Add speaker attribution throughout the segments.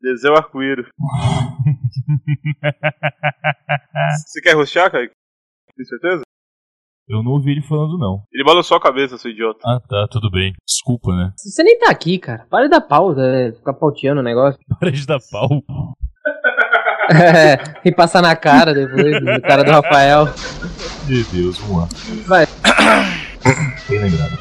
Speaker 1: Desenho arco-íris. Você quer rostear, Kaique? Tem certeza?
Speaker 2: Eu não ouvi ele falando, não.
Speaker 1: Ele balançou a cabeça, seu idiota.
Speaker 2: Ah, tá, tudo bem. Desculpa, né?
Speaker 3: Você nem tá aqui, cara. Para de dar pausa, é, ficar pauteando o negócio.
Speaker 2: Para de dar pau.
Speaker 3: É, e passar na cara depois, do cara do Rafael.
Speaker 2: Meu Deus, vamos lá.
Speaker 3: Vai.
Speaker 2: Bem lembrado.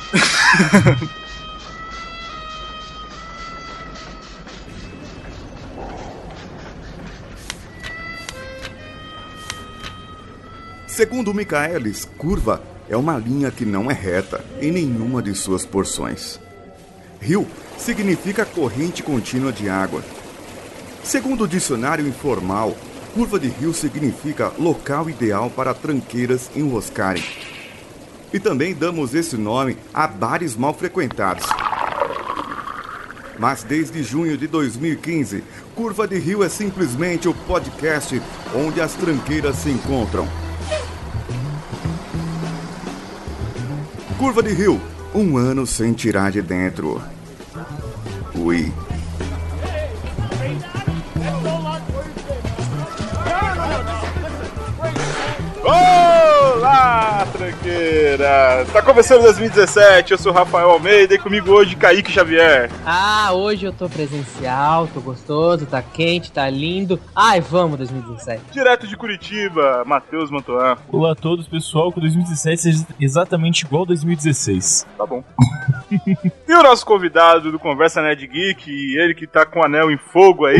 Speaker 4: Segundo Michaelis, curva é uma linha que não é reta em nenhuma de suas porções. Rio significa corrente contínua de água. Segundo o dicionário informal, curva de rio significa local ideal para tranqueiras enroscarem. E também damos esse nome a bares mal frequentados. Mas desde junho de 2015, Curva de Rio é simplesmente o podcast onde as tranqueiras se encontram. Curva de Rio, um ano sem tirar de dentro. Ui.
Speaker 1: Olá, tranqueira! Tá começando 2017, eu sou o Rafael Almeida e comigo hoje Kaique Xavier.
Speaker 3: Ah, hoje eu tô presencial, tô gostoso, tá quente, tá lindo. Ai, vamos 2017.
Speaker 1: Direto de Curitiba, Matheus Mantoan.
Speaker 2: Olá a todos, pessoal. Que 2017 seja exatamente igual a 2016.
Speaker 1: Tá bom. e o nosso convidado do Conversa Nerd Geek, ele que tá com o anel em fogo aí.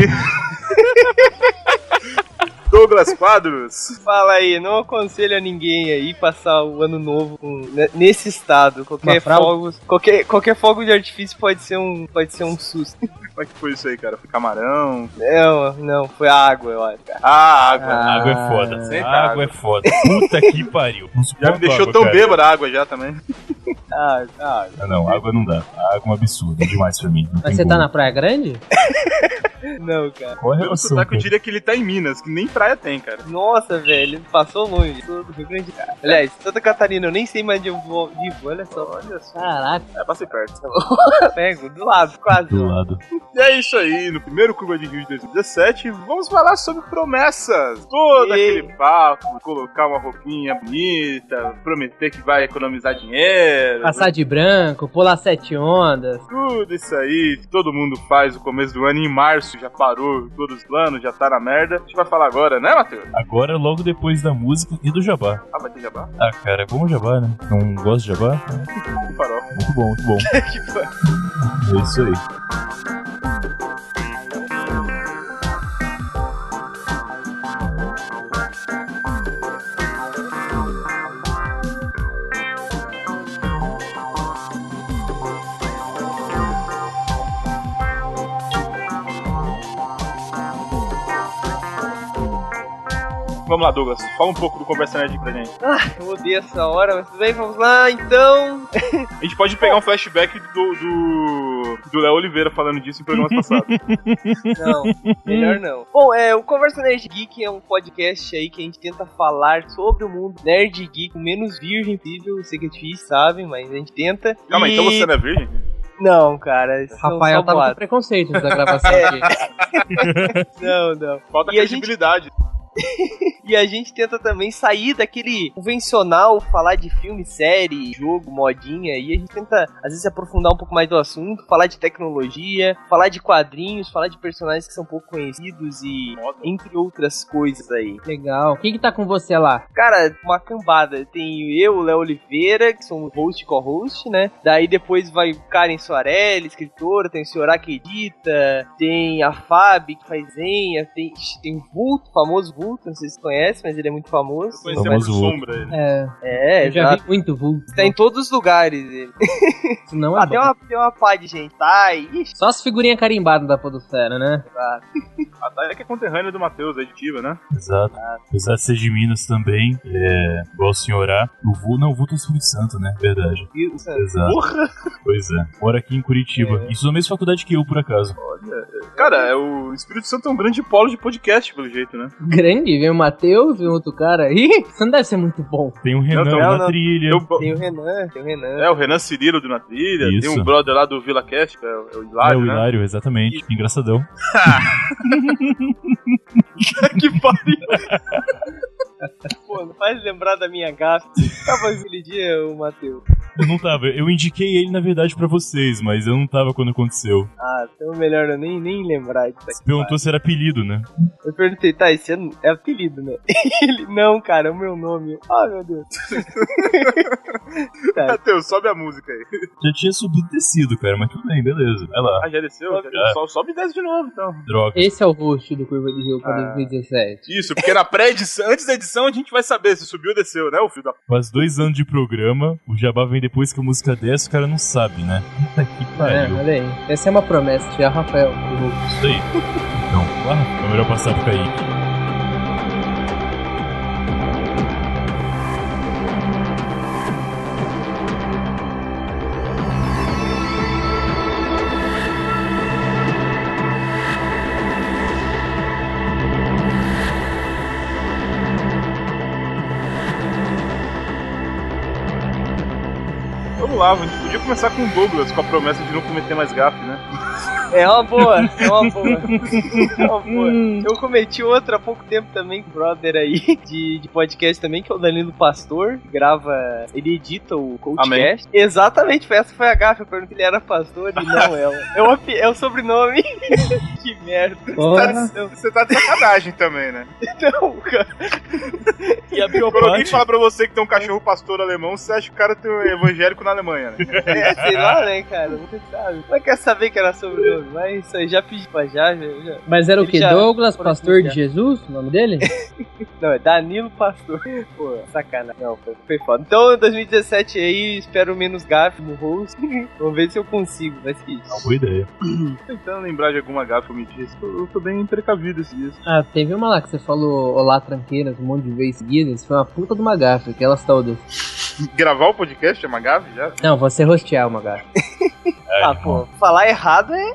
Speaker 1: Douglas Quadros.
Speaker 5: Fala aí, não aconselho a ninguém aí passar o ano novo com- ne- nesse estado.
Speaker 3: Uma
Speaker 5: Qualquer
Speaker 3: fralda?
Speaker 5: fogo, qualquer, qualquer fogo de artifício pode ser um, pode ser um susto.
Speaker 1: Como é que foi isso aí, cara? Foi camarão?
Speaker 5: Não, não, foi a água, eu acho. cara.
Speaker 1: Ah, água.
Speaker 3: Ah,
Speaker 2: Água é foda.
Speaker 1: senta
Speaker 2: água, é foda. Puta que pariu. Não
Speaker 1: Já
Speaker 2: suporto
Speaker 1: me deixou
Speaker 2: água,
Speaker 1: tão
Speaker 2: cara.
Speaker 1: bêbado a água já também.
Speaker 5: A água, a água.
Speaker 2: Ah, não, água não dá. Água é um absurdo. É demais pra mim. Não
Speaker 3: Mas
Speaker 2: tem
Speaker 3: você tá
Speaker 2: como.
Speaker 3: na Praia Grande?
Speaker 5: Não, cara.
Speaker 2: Qual a
Speaker 1: Pelo
Speaker 2: relação?
Speaker 1: sotaque eu
Speaker 2: cara?
Speaker 1: diria que ele tá em Minas, que nem praia tem, cara.
Speaker 5: Nossa, velho, passou longe. Sou do Rio Grande do Sul. Aliás, Santa Catarina, eu nem sei mais onde eu vou vivo. Olha só, olha só.
Speaker 3: Caraca.
Speaker 1: É, passei perto.
Speaker 5: Pego, do lado, quase.
Speaker 3: né?
Speaker 2: Do lado.
Speaker 1: E é isso aí, no primeiro Curva de Rio de 2017, vamos falar sobre promessas. Todo
Speaker 5: Ei.
Speaker 1: aquele papo, colocar uma roupinha bonita, prometer que vai economizar dinheiro. né?
Speaker 3: Passar de branco, pular sete ondas.
Speaker 1: Tudo isso aí, que todo mundo faz no começo do ano, em março já parou todos os planos, já tá na merda. A gente vai falar agora, né, Matheus?
Speaker 2: Agora, logo depois da música e do jabá.
Speaker 1: Ah, vai ter jabá?
Speaker 2: Ah, cara, é bom o jabá, né? Não gosta de jabá?
Speaker 1: Que farol.
Speaker 2: Muito bom, muito bom. É isso aí.
Speaker 1: Vamos lá, Douglas, fala um pouco do Conversa Nerd pra gente.
Speaker 5: Eu odeio essa hora, mas tudo bem, vamos lá, então.
Speaker 1: A gente pode pegar um flashback do do do Léo Oliveira falando disso em programas passados.
Speaker 5: Não, melhor não. Bom, é, o Conversa Nerd Geek é um podcast aí que a gente tenta falar sobre o mundo nerd geek, o menos virgem possível. Eu sei que é difícil, sabe? Mas a gente tenta.
Speaker 1: Calma aí, então
Speaker 5: E-
Speaker 1: você não é virgem?
Speaker 5: Não, cara. esses são
Speaker 3: Rafael
Speaker 5: só
Speaker 3: tava com
Speaker 5: boatos.
Speaker 3: preconceito da gravação aqui.
Speaker 5: Não, não.
Speaker 1: Falta
Speaker 5: E a gente-
Speaker 1: credibilidade.
Speaker 5: E a gente tenta também sair daquele convencional, falar de filme, série, jogo, modinha, e a gente tenta, às vezes, aprofundar um pouco mais do assunto, falar de tecnologia, falar de quadrinhos, falar de personagens que são pouco conhecidos e entre outras coisas aí.
Speaker 3: Legal. Quem que tá com você lá?
Speaker 5: Cara, uma cambada. Tem eu, Léo Oliveira, que somos host e co-host, né? Daí depois vai o Karen Soarelli, escritora, tem o Senhorá que edita, tem a Fábio que faz desenha, tem, ixi, tem o Vulto, famoso Vulto, não sei se vocês conhecem, mas ele é muito famoso.
Speaker 1: Conhecer por
Speaker 2: Famoso outro.
Speaker 1: sombra ele.
Speaker 3: É,
Speaker 5: É,
Speaker 3: eu já
Speaker 5: já
Speaker 3: vi muito vulto.
Speaker 5: tá em todos os lugares ele.
Speaker 3: Isso não é
Speaker 5: Ah, tem
Speaker 3: bom.
Speaker 5: uma, tem uma pá de gente, tá? Ixi,
Speaker 3: Só as figurinhas carimbadas da Podosfera, né?
Speaker 1: A Thalia que é conterrânea do Matheus, é aditiva, né?
Speaker 2: Exato. Apesar de ser de Minas também, é, igual o senhor A. O Vu, não, o Vu tá no Espírito Santo, né? Verdade.
Speaker 5: isso,
Speaker 2: Exato.
Speaker 1: Porra! É.
Speaker 2: Pois é. Mora aqui em Curitiba. Isso na mesma faculdade que eu, por acaso.
Speaker 1: Cara, é o Espírito Santo é um grande polo de podcast, pelo jeito, né?
Speaker 3: Entendi, vem o Matheus, vem outro cara aí. Isso não deve ser muito bom.
Speaker 2: Tem o Renan
Speaker 1: Não,
Speaker 5: não,
Speaker 2: na
Speaker 5: não.
Speaker 2: trilha. É,
Speaker 1: Tem o-
Speaker 5: Tem o Renan, tem o Renan.
Speaker 1: É, o Renan Cirilo do Na Trilha, tem
Speaker 2: Isso.
Speaker 1: um brother lá do Vila Cast, que é o é o
Speaker 2: É
Speaker 1: Hilário,
Speaker 2: o
Speaker 1: né?
Speaker 2: Hilário, exatamente. Engraçadão.
Speaker 1: que pariu!
Speaker 5: Pô, não faz lembrar da minha gafa. Tava aquele dia, o Matheus.
Speaker 2: Eu não tava. Eu indiquei ele, na verdade, pra vocês, mas eu não tava quando aconteceu.
Speaker 5: Ah, então é melhor eu nem, nem lembrar disso
Speaker 2: Você
Speaker 5: aqui.
Speaker 2: perguntou se era apelido, né?
Speaker 5: Eu perguntei, tá, esse é, é apelido, né? Ele, não, cara, é o meu nome. Ah, meu Deus. Tá.
Speaker 1: Matheus, sobe a música aí.
Speaker 2: Já tinha subido e descido, cara, mas tudo bem, beleza. Vai lá.
Speaker 1: Ah, já desceu? Já desceu. Sobe- Sobe e desce de novo, então.
Speaker 2: Droga.
Speaker 3: Esse é o rosto do Curva de Rio pra
Speaker 1: Ah.
Speaker 3: 2017.
Speaker 1: Isso, porque na pré-edição, antes da edição, a gente vai saber se subiu ou desceu, né, o filho da...
Speaker 2: Faz dois anos de programa, o Jabá vem depois que a música desce, o cara não sabe, né? Puta que
Speaker 3: É,
Speaker 2: pariu.
Speaker 3: olha aí. Essa é uma promessa, tirar Rafael do grupo.
Speaker 2: Isso aí. Então, claro, é melhor passar pro Kaique.
Speaker 1: Vamos lá, a gente podia começar com o Douglas, com a promessa de não cometer mais gafe, né?
Speaker 5: É uma boa, é uma boa. É uma boa. Eu cometi outra há pouco tempo também, com o brother aí, de, de podcast também, que é o Danilo Pastor, que grava, ele edita o Coachcast. Exatamente, foi- essa foi a gafa, eu perguntei ele era pastor e não é. o- É o, api- é o sobrenome. que merda.
Speaker 3: Porra.
Speaker 1: Você tá de sacanagem também, né?
Speaker 5: Então, cara.
Speaker 2: E a pior
Speaker 1: Quando alguém fala pra você que tem um cachorro pastor alemão, você acha que o cara tem um evangélico na Alemanha, né?
Speaker 5: É, sei lá, né, cara? Nunca sabe. Mas quer saber que era sobrenome, mas é isso aí já pedi pra já, já, já.
Speaker 3: Mas era o que?
Speaker 5: Ele já-
Speaker 3: Douglas,
Speaker 5: Por aqui
Speaker 3: pastor de
Speaker 5: já.
Speaker 3: Jesus? O nome dele?
Speaker 5: Não, é Danilo Pastor. Pô, sacanagem. Não, foi, foi foda. Então, 2017 aí, espero menos gafe no host. Vamos ver se eu consigo, mas que isso.
Speaker 2: Boa ideia.
Speaker 1: Tentando lembrar de alguma gafe, eu me disse. Eu eu tô bem precavido esses dias.
Speaker 3: Ah, teve uma lá que você falou Olá Tranqueiras um monte de vezes seguidas. Foi uma puta de uma gafa, que elas todas.
Speaker 1: Gravar o podcast é uma gafe já?
Speaker 3: Não, você rostear uma gafa.
Speaker 5: Ah, pô, falar errado é,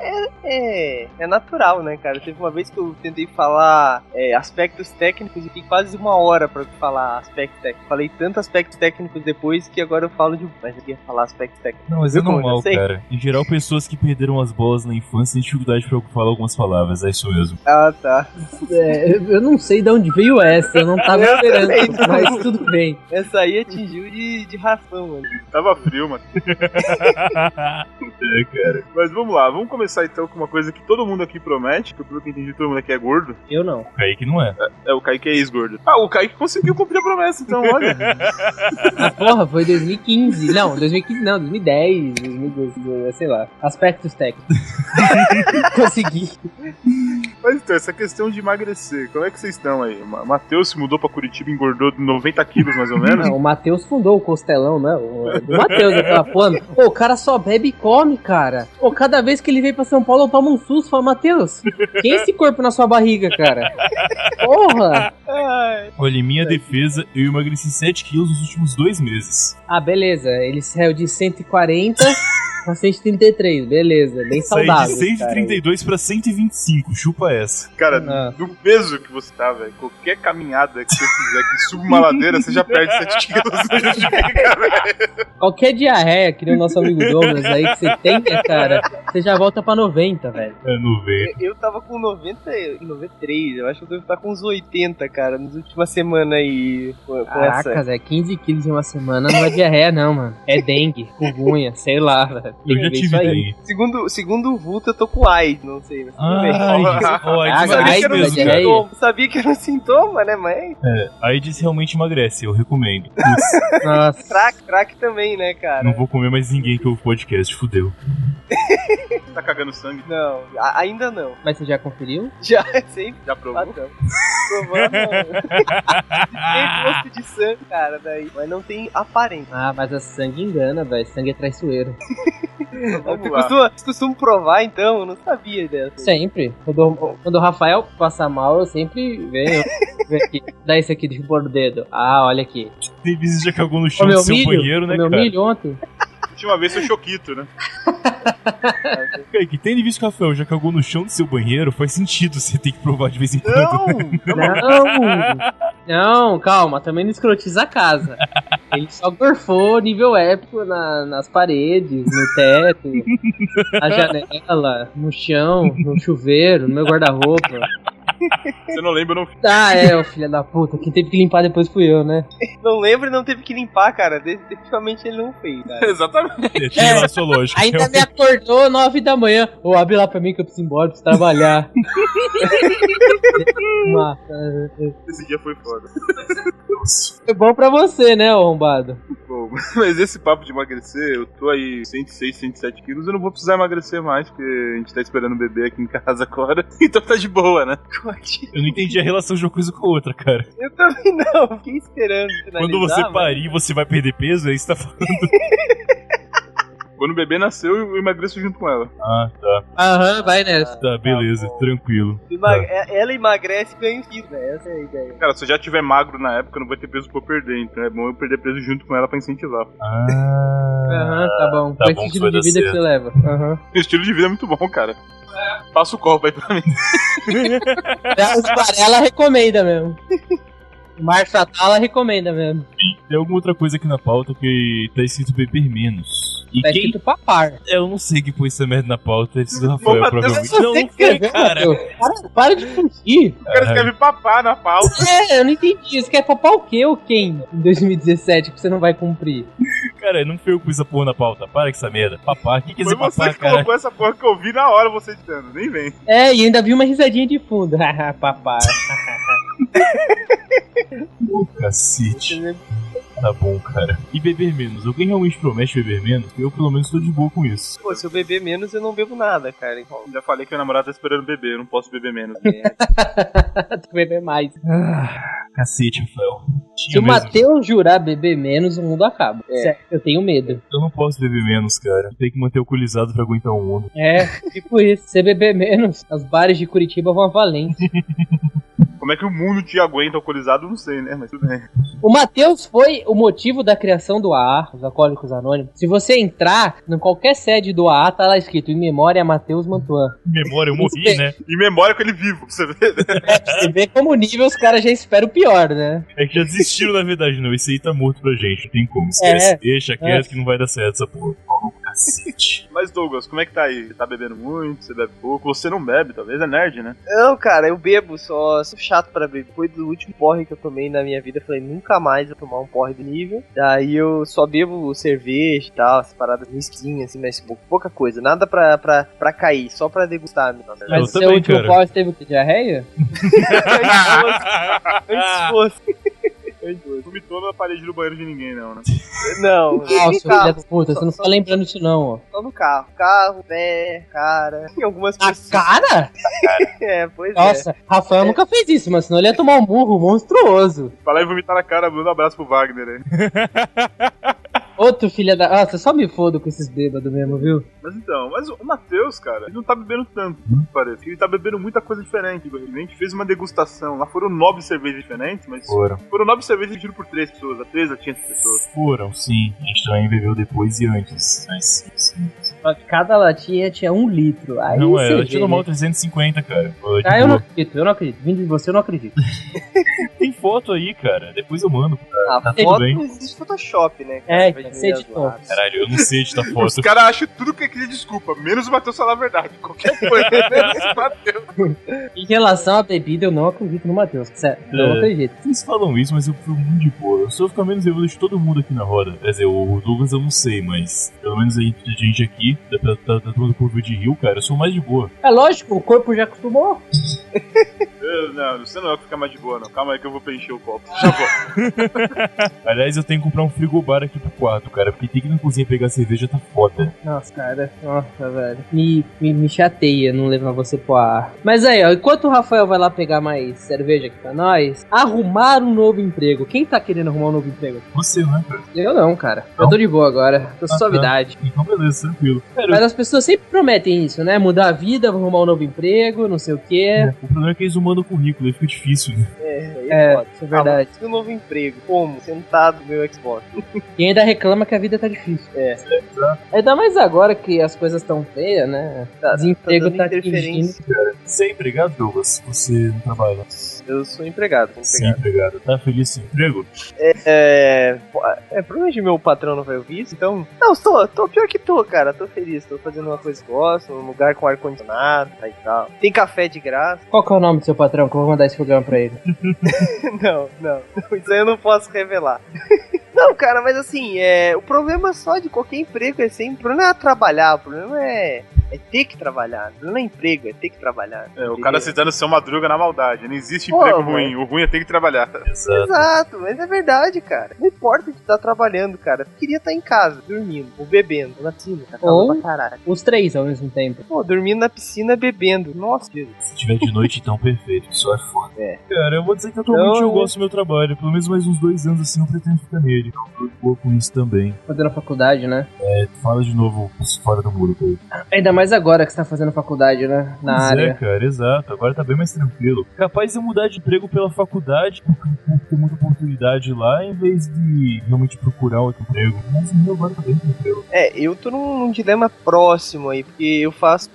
Speaker 5: é, é- é natural, né, cara? Teve uma vez que eu tentei falar é, aspectos técnicos e fiquei quase uma hora pra falar aspectos técnicos. Falei tanto aspectos técnicos depois que agora eu falo de. um. Mas eu ia falar aspectos técnicos.
Speaker 2: Não, mas é
Speaker 5: Viu como eu
Speaker 2: normal,
Speaker 5: sei?
Speaker 2: cara. Em geral, pessoas que perderam as bolas na infância têm dificuldade pra falar algumas palavras, é isso mesmo.
Speaker 5: Ah, tá.
Speaker 3: É, eu eu não sei de onde veio essa, eu não tava
Speaker 5: Eu
Speaker 3: esperando,
Speaker 5: também não.
Speaker 3: mas tudo bem.
Speaker 5: Essa aí atingiu de, de ração, mano.
Speaker 1: Tava frio, mano.
Speaker 2: É, cara.
Speaker 1: Mas vamos lá, vamos começar então com uma coisa que todo mundo aqui promete, que pelo que eu entendi todo mundo aqui é gordo.
Speaker 3: Eu não.
Speaker 2: O Kaique não é.
Speaker 1: É, o Kaique é ex-gordo. Ah, o Kaique conseguiu cumprir a promessa, então olha.
Speaker 3: Ah, porra, foi 2015. Não, 2015 não, 2010, 2012, sei lá. Aspectos técnicos. Consegui.
Speaker 1: Mas então, essa questão de emagrecer, como é que vocês estão aí? Ma- Matheus se mudou pra Curitiba, engordou 90 quilos mais ou menos.
Speaker 3: Não, o Matheus fundou o Costelão, né? O do Matheus, aquela porra. Ô, o cara só bebe e come, cara. Ô, cada vez que ele vem pra São Paulo, eu tomo um susto. Fala, Matheus, quem é esse corpo na sua barriga, cara? Porra!
Speaker 5: Ai,
Speaker 2: Olha, em minha defesa, eu emagreci 7 quilos nos últimos dois meses.
Speaker 3: Ah, beleza. Ele saiu de 140 pra 133, beleza. Bem saudável.
Speaker 2: Saí de 132 pra 125, chupa essa.
Speaker 1: Cara,
Speaker 3: Não.
Speaker 1: do peso que você tá, velho, qualquer caminhada que você fizer, que suba uma ladeira, você já perde 7 quilos. Não justifica, velho.
Speaker 3: Qualquer diarreia, que nem o nosso amigo Douglas aí que você tenha, cara, você já volta pra 90, velho.
Speaker 2: É, não veio.
Speaker 5: eu tava com 90, e- 93, eu acho que eu devo estar com uns 80, cara, nas últimas semanas aí. Com, com Ah, essa.
Speaker 3: Caraca, Zé, 15 quilos em uma semana não é diarreia, não, mano. É dengue, vergonha, sei lá, velho.
Speaker 2: Eu já
Speaker 3: É, Isso
Speaker 2: tive
Speaker 3: aí.
Speaker 2: daí.
Speaker 5: Segundo, segundo o Vulto, eu tô com AIDS, não sei, mas tudo bem.
Speaker 2: Ai, ó,
Speaker 3: Ah,
Speaker 2: AIDS
Speaker 5: Sabia que
Speaker 2: emagrece
Speaker 5: era
Speaker 3: AIDS,
Speaker 5: um
Speaker 2: mesmo,
Speaker 3: velho.
Speaker 2: cara.
Speaker 5: sintoma, sabia que era um sintoma, né, mas
Speaker 2: AIDS realmente emagrece, eu recomendo.
Speaker 3: Nossa.
Speaker 5: crack, crack também, né,
Speaker 2: Não
Speaker 5: cara?
Speaker 2: vou comer mais ninguém que ouve podcast, fudeu.
Speaker 1: Tá cagando sangue,
Speaker 5: Não, a- ainda não.
Speaker 3: Mas você já conferiu?
Speaker 5: Já, sempre
Speaker 1: já provou.
Speaker 5: padrão. Provando, Tem gosto um de sangue, cara, daí. Mas não tem aparência.
Speaker 3: Ah, mas a sangue engana, velho. Sangue é traiçoeiro.
Speaker 5: Você
Speaker 1: Vamos lá.
Speaker 5: costuma, você costuma provar, então? Eu não sabia dessa.
Speaker 3: Sempre. Quando, quando o Rafael passa mal, eu sempre venho. venho aqui. Dá esse aqui, derrubou no dedo. Ah, olha aqui.
Speaker 2: Tem vezes já cagou no
Speaker 3: O
Speaker 2: chão do
Speaker 3: meu
Speaker 2: seu
Speaker 3: milho,
Speaker 2: banheiro, né,
Speaker 3: o meu
Speaker 2: cara?
Speaker 3: milho ontem.
Speaker 1: Última vez foi Choquito, né?
Speaker 2: que tem de visto que o Rafael já cagou no chão do seu banheiro, faz sentido você ter que provar de vez em quando.
Speaker 5: Não!
Speaker 3: Não! Não, calma, também não escrotiza a casa. Ele só gorfou nível épico na- nas paredes, no teto, na janela, no chão, no chuveiro, no meu guarda-roupa.
Speaker 1: Você não lembra, eu não fiz.
Speaker 3: Ah, é, ô filho da puta, quem teve que limpar depois fui eu, né?
Speaker 5: Não lembro e não teve que limpar, cara. Definitivamente ele não fez, cara.
Speaker 1: Exatamente.
Speaker 2: É, tem lá a sua lógica.
Speaker 3: Ainda me acordou nove da manhã. Ô, abre lá pra mim que eu preciso ir embora, preciso trabalhar. Uma-
Speaker 1: Esse dia foi foda.
Speaker 3: Foi bom pra você, né, ô arrombado?
Speaker 1: Bom, mas esse papo de emagrecer, eu tô aí 106, 107 quilos, eu não vou precisar emagrecer mais, porque a gente tá esperando o bebê aqui em casa agora. Então tá de boa, né?
Speaker 2: Eu não entendi a relação de uma coisa com a outra, cara.
Speaker 5: Eu também não, fiquei esperando finalizar.
Speaker 2: Quando você
Speaker 5: mas-
Speaker 2: parir, você vai perder peso, aí você tá falando.
Speaker 1: Quando o bebê nasceu, eu emagreço junto com ela.
Speaker 2: Ah, tá.
Speaker 3: Aham, vai nessa.
Speaker 2: Tá, beleza, tranquilo.
Speaker 5: Emag- é- Ela emagrece e ganha um quilo, né? Essa é a ideia.
Speaker 1: Cara, se eu já tiver magro na época, eu não vou ter peso pra eu perder. Então é bom eu perder peso junto com ela pra incentivar.
Speaker 3: Aham,
Speaker 2: Ah.
Speaker 3: tá bom.
Speaker 2: tá
Speaker 3: Qual é
Speaker 2: bom,
Speaker 3: o
Speaker 2: que vai
Speaker 3: estilo de
Speaker 2: dar
Speaker 3: vida que
Speaker 2: certo.
Speaker 3: você leva? Aham.
Speaker 1: Meu estilo de vida é muito bom, cara. Passa o copo aí pra mim.
Speaker 3: Os Varela recomenda mesmo. Márcio Atala recomenda mesmo.
Speaker 2: Tem alguma outra coisa aqui na pauta que tá escrito beber menos. E
Speaker 3: Tá
Speaker 2: quem.
Speaker 3: escrito papar.
Speaker 2: Eu não sei quem pôs essa merda na pauta, deve ser do Rafael,
Speaker 1: Mateus,
Speaker 2: provavelmente.
Speaker 3: Você
Speaker 2: Não, não
Speaker 3: que
Speaker 2: foi,
Speaker 3: escreveu,
Speaker 2: cara.
Speaker 3: Matheus. Para, para de fugir.
Speaker 1: O
Speaker 2: É.
Speaker 1: cara escreve papá na pauta.
Speaker 3: É, eu não entendi. Você quer papar o quê ou quem em 2017 que você não vai cumprir?
Speaker 2: Cara, não foi eu que pus essa porra na pauta. Para com essa merda. Papá, o que
Speaker 1: Foi
Speaker 2: quer dizer
Speaker 1: você
Speaker 2: papá,
Speaker 1: que
Speaker 2: cara?
Speaker 1: colocou essa porra que eu vi na hora você ditando. Nem vem.
Speaker 3: É, e ainda vi uma risadinha de fundo. Haha, papar.
Speaker 2: Cacete. Tá bom, cara. E beber menos? Alguém realmente promete beber menos? Eu, pelo menos, tô de boa com isso.
Speaker 5: Pô, se eu beber menos, eu não bebo nada, cara. Então,
Speaker 1: Já falei que meu namorado tá esperando beber, eu não posso beber menos.
Speaker 3: Tô bebendo mais.
Speaker 2: Ah, Cacete, Rafael.
Speaker 3: Se
Speaker 2: Tinha
Speaker 3: o
Speaker 2: mesmo.
Speaker 3: Matheus jurar beber menos, o mundo acaba.
Speaker 5: É.
Speaker 3: Sério, eu tenho medo.
Speaker 2: Eu não posso beber menos, cara. Tem que manter o culizado pra aguentar o mundo.
Speaker 3: É, tipo isso. Se você beber menos, as bares de Curitiba vão a valente.
Speaker 1: Como é que o mundo te aguenta alcoolizado, eu não sei, né? Mas tudo bem.
Speaker 3: O Matheus foi o motivo da criação do AA, os Alcoólicos Anônimos. Se você entrar em qualquer sede do AA, tá lá escrito em memória a Matheus Mantuan.
Speaker 2: Em memória, eu morri,
Speaker 3: Isso
Speaker 2: né?
Speaker 1: E memória com ele vivo, pra você ver. né?
Speaker 3: Você vê como nível os caras já esperam o pior, né?
Speaker 2: É que já desistiram, na verdade, não. Esse aí tá morto pra gente, não tem como. Esquece.
Speaker 3: É.
Speaker 2: Deixa quieto que não vai dar certo essa porra. Cacete.
Speaker 1: Mas Douglas, como é que tá aí? Tá bebendo muito? Você bebe pouco? Você não bebe, talvez é nerd, né?
Speaker 5: Não, cara, eu bebo, só sou chato pra beber. Depois do último porre que eu tomei na minha vida, eu falei, nunca mais vou tomar um porre do nível. Daí eu só bebo cerveja e tal, as paradas mesquinhas, assim, mas pou- pouca coisa. Nada pra, pra, pra cair, só pra degustar. Meu, na verdade.
Speaker 2: Eu
Speaker 3: Mas o seu
Speaker 2: também,
Speaker 3: último
Speaker 2: cara.
Speaker 3: pós teve o que? Diarreia?
Speaker 5: Antes fosse. Antes fosse.
Speaker 1: Vomitou na parede do banheiro de ninguém, não, né?
Speaker 5: Não,
Speaker 3: Nossa,
Speaker 5: no
Speaker 3: filha
Speaker 5: carro,
Speaker 3: Ah, da puta, você não
Speaker 5: Só-
Speaker 3: tá lembrando disso não, ó.
Speaker 5: só no carro. Carro, pé, cara. Tem algumas
Speaker 3: A
Speaker 5: pessoas.
Speaker 3: cara?
Speaker 5: É, pois é.
Speaker 3: Nossa, Rafael nunca fez isso, mas senão ele ia tomar um murro monstruoso.
Speaker 1: Falar e vomitar na cara, manda um abraço pro Wagner aí.
Speaker 3: Outro filha da... Nossa, eu só me fodo com esses bêbados mesmo, viu?
Speaker 1: Mas então, mas o Matheus, cara, ele não tá bebendo tanto,
Speaker 5: Hum?
Speaker 1: parece. Ele tá bebendo muita coisa diferente. A gente fez uma degustação. Lá foram nove cervejas diferentes, mas
Speaker 2: Foram.
Speaker 1: foram nove cervejas divididas por três pessoas. A três já tinha essas pessoas.
Speaker 2: Foram, sim. A gente também bebeu depois e antes. Mas, sim.
Speaker 3: Só que Cada latinha tinha um litro. Aí
Speaker 2: não é,
Speaker 3: você
Speaker 2: ela
Speaker 3: vê, né?
Speaker 2: tinha normal 350, cara. Foi de
Speaker 3: Ah, eu não
Speaker 2: boa.
Speaker 3: acredito, eu não acredito. Vindo de você, eu não acredito.
Speaker 2: Tem foto aí, cara. Depois eu mando.
Speaker 5: A
Speaker 2: tudo
Speaker 5: foto
Speaker 2: bem.
Speaker 5: não existe Photoshop, né?
Speaker 3: tá É,
Speaker 5: Vai
Speaker 3: então,
Speaker 5: diminuir
Speaker 3: você
Speaker 5: as
Speaker 3: editou.
Speaker 5: latas.
Speaker 2: Caralho, eu não sei editar
Speaker 1: Os
Speaker 2: foto.
Speaker 1: caras acham tudo que queria desculpa, menos o Matheus falar a verdade. Qualquer coisa, menos o Matheus.
Speaker 3: Em relação à bebida, eu não acredito no Matheus. Sério,
Speaker 2: É.
Speaker 3: não acredito.
Speaker 2: Vocês falam isso, mas eu fui muito de boa. Eu sou ficar menos bêbado de todo mundo aqui na roda. Quer dizer, o Douglas eu não sei, mas pelo menos a gente, a gente aqui, tá, da, da, da, da turma do Curva de Rio, cara, eu sou mais de boa.
Speaker 3: É lógico, o corpo já acostumou.
Speaker 1: Eu- Não, você não é o que fica mais de boa, não. Calma aí que eu vou preencher o copo. Já vou. Tá
Speaker 2: Aliás, eu tenho que comprar um frigobar aqui pro quarto, cara, porque tem que ir na cozinha pegar cerveja tá foda.
Speaker 3: Nossa, cara. Nossa, velho. Me, me, me chateia não levar você pro ar. Mas aí, ó, enquanto o Rafael vai lá pegar mais cerveja aqui pra nós, arrumar um novo emprego. Quem tá querendo arrumar um novo emprego?
Speaker 2: Você, né?
Speaker 3: Eu não, cara. Eu
Speaker 2: Não?
Speaker 3: tô de boa agora. Tô
Speaker 2: tá.
Speaker 3: suavidade.
Speaker 2: Então beleza, tranquilo. Cara,
Speaker 3: Mas as pessoas sempre prometem isso, né? Mudar a vida, vou arrumar um novo emprego, não sei o quê.
Speaker 2: é o problema é que eles não mandam currículo, aí fica difícil, né?
Speaker 5: É, Aí
Speaker 3: É,
Speaker 5: foda.
Speaker 3: isso é verdade.
Speaker 5: Ah, um novo emprego. Como? Sentado no meu Xbox.
Speaker 3: E ainda reclama que a vida tá difícil.
Speaker 5: É.
Speaker 3: Ainda mais agora que as coisas estão feias, né?
Speaker 5: Tá-
Speaker 3: Desemprego
Speaker 5: dando
Speaker 3: tá atingindo.
Speaker 5: interferência.
Speaker 2: Você é empregado, Douglas? Você não trabalha?
Speaker 5: Eu sou empregado. sou
Speaker 2: Sim,
Speaker 5: empregado.
Speaker 2: empregado. Tá feliz sem emprego?
Speaker 5: É. pô, É, provavelmente meu patrão não vai ouvir isso, então. Não, estou, tô pior que tô, cara. Tô feliz. Tô fazendo uma coisa que gosto, num lugar com ar-condicionado tá, e tal. Tem café de graça.
Speaker 3: Qual que é o nome do seu patrão que eu vou mandar esse programa pra ele?
Speaker 5: Não, não, não, isso aí eu não posso revelar. Não, cara, mas assim, é, o problema só de qualquer emprego é sempre. O problema é trabalhar, o problema é, é ter que trabalhar. O problema não é emprego, é ter que trabalhar.
Speaker 1: É, o cara
Speaker 5: entendeu?
Speaker 1: citando seu madruga na maldade. Não existe
Speaker 5: Pô,
Speaker 1: emprego
Speaker 5: mano.
Speaker 1: ruim. O ruim é ter que trabalhar.
Speaker 2: Exato.
Speaker 5: Exato, mas é verdade, cara. Não importa de estar trabalhando, cara. Eu queria estar em casa, dormindo, ou bebendo, na piscina, tá calor
Speaker 3: Ou-
Speaker 5: pra caralho.
Speaker 3: Os três ao mesmo tempo.
Speaker 5: Pô, dormindo na piscina, bebendo. Nossa, Jesus.
Speaker 2: Se tiver de noite, então perfeito. Só é foda.
Speaker 5: É.
Speaker 2: Cara, eu vou dizer que atualmente
Speaker 5: Então-
Speaker 2: eu gosto do meu trabalho. Pelo menos mais uns dois anos assim, não pretendo ficar nele. Então, tô de boa com isso também.
Speaker 3: Fazendo faculdade, né?
Speaker 2: É, fala de novo fora do muro, cara.
Speaker 3: Ainda mais agora que você tá fazendo faculdade, né? Na
Speaker 2: Pois É,
Speaker 3: área.
Speaker 2: cara, exato. Agora tá bem mais tranquilo. Capaz de eu mudar de emprego pela faculdade, porque eu tenho muita oportunidade lá, em vez de realmente procurar outro emprego. Mas o meu agora tá bem tranquilo.
Speaker 5: É, eu tô num, num dilema próximo aí, porque eu faço,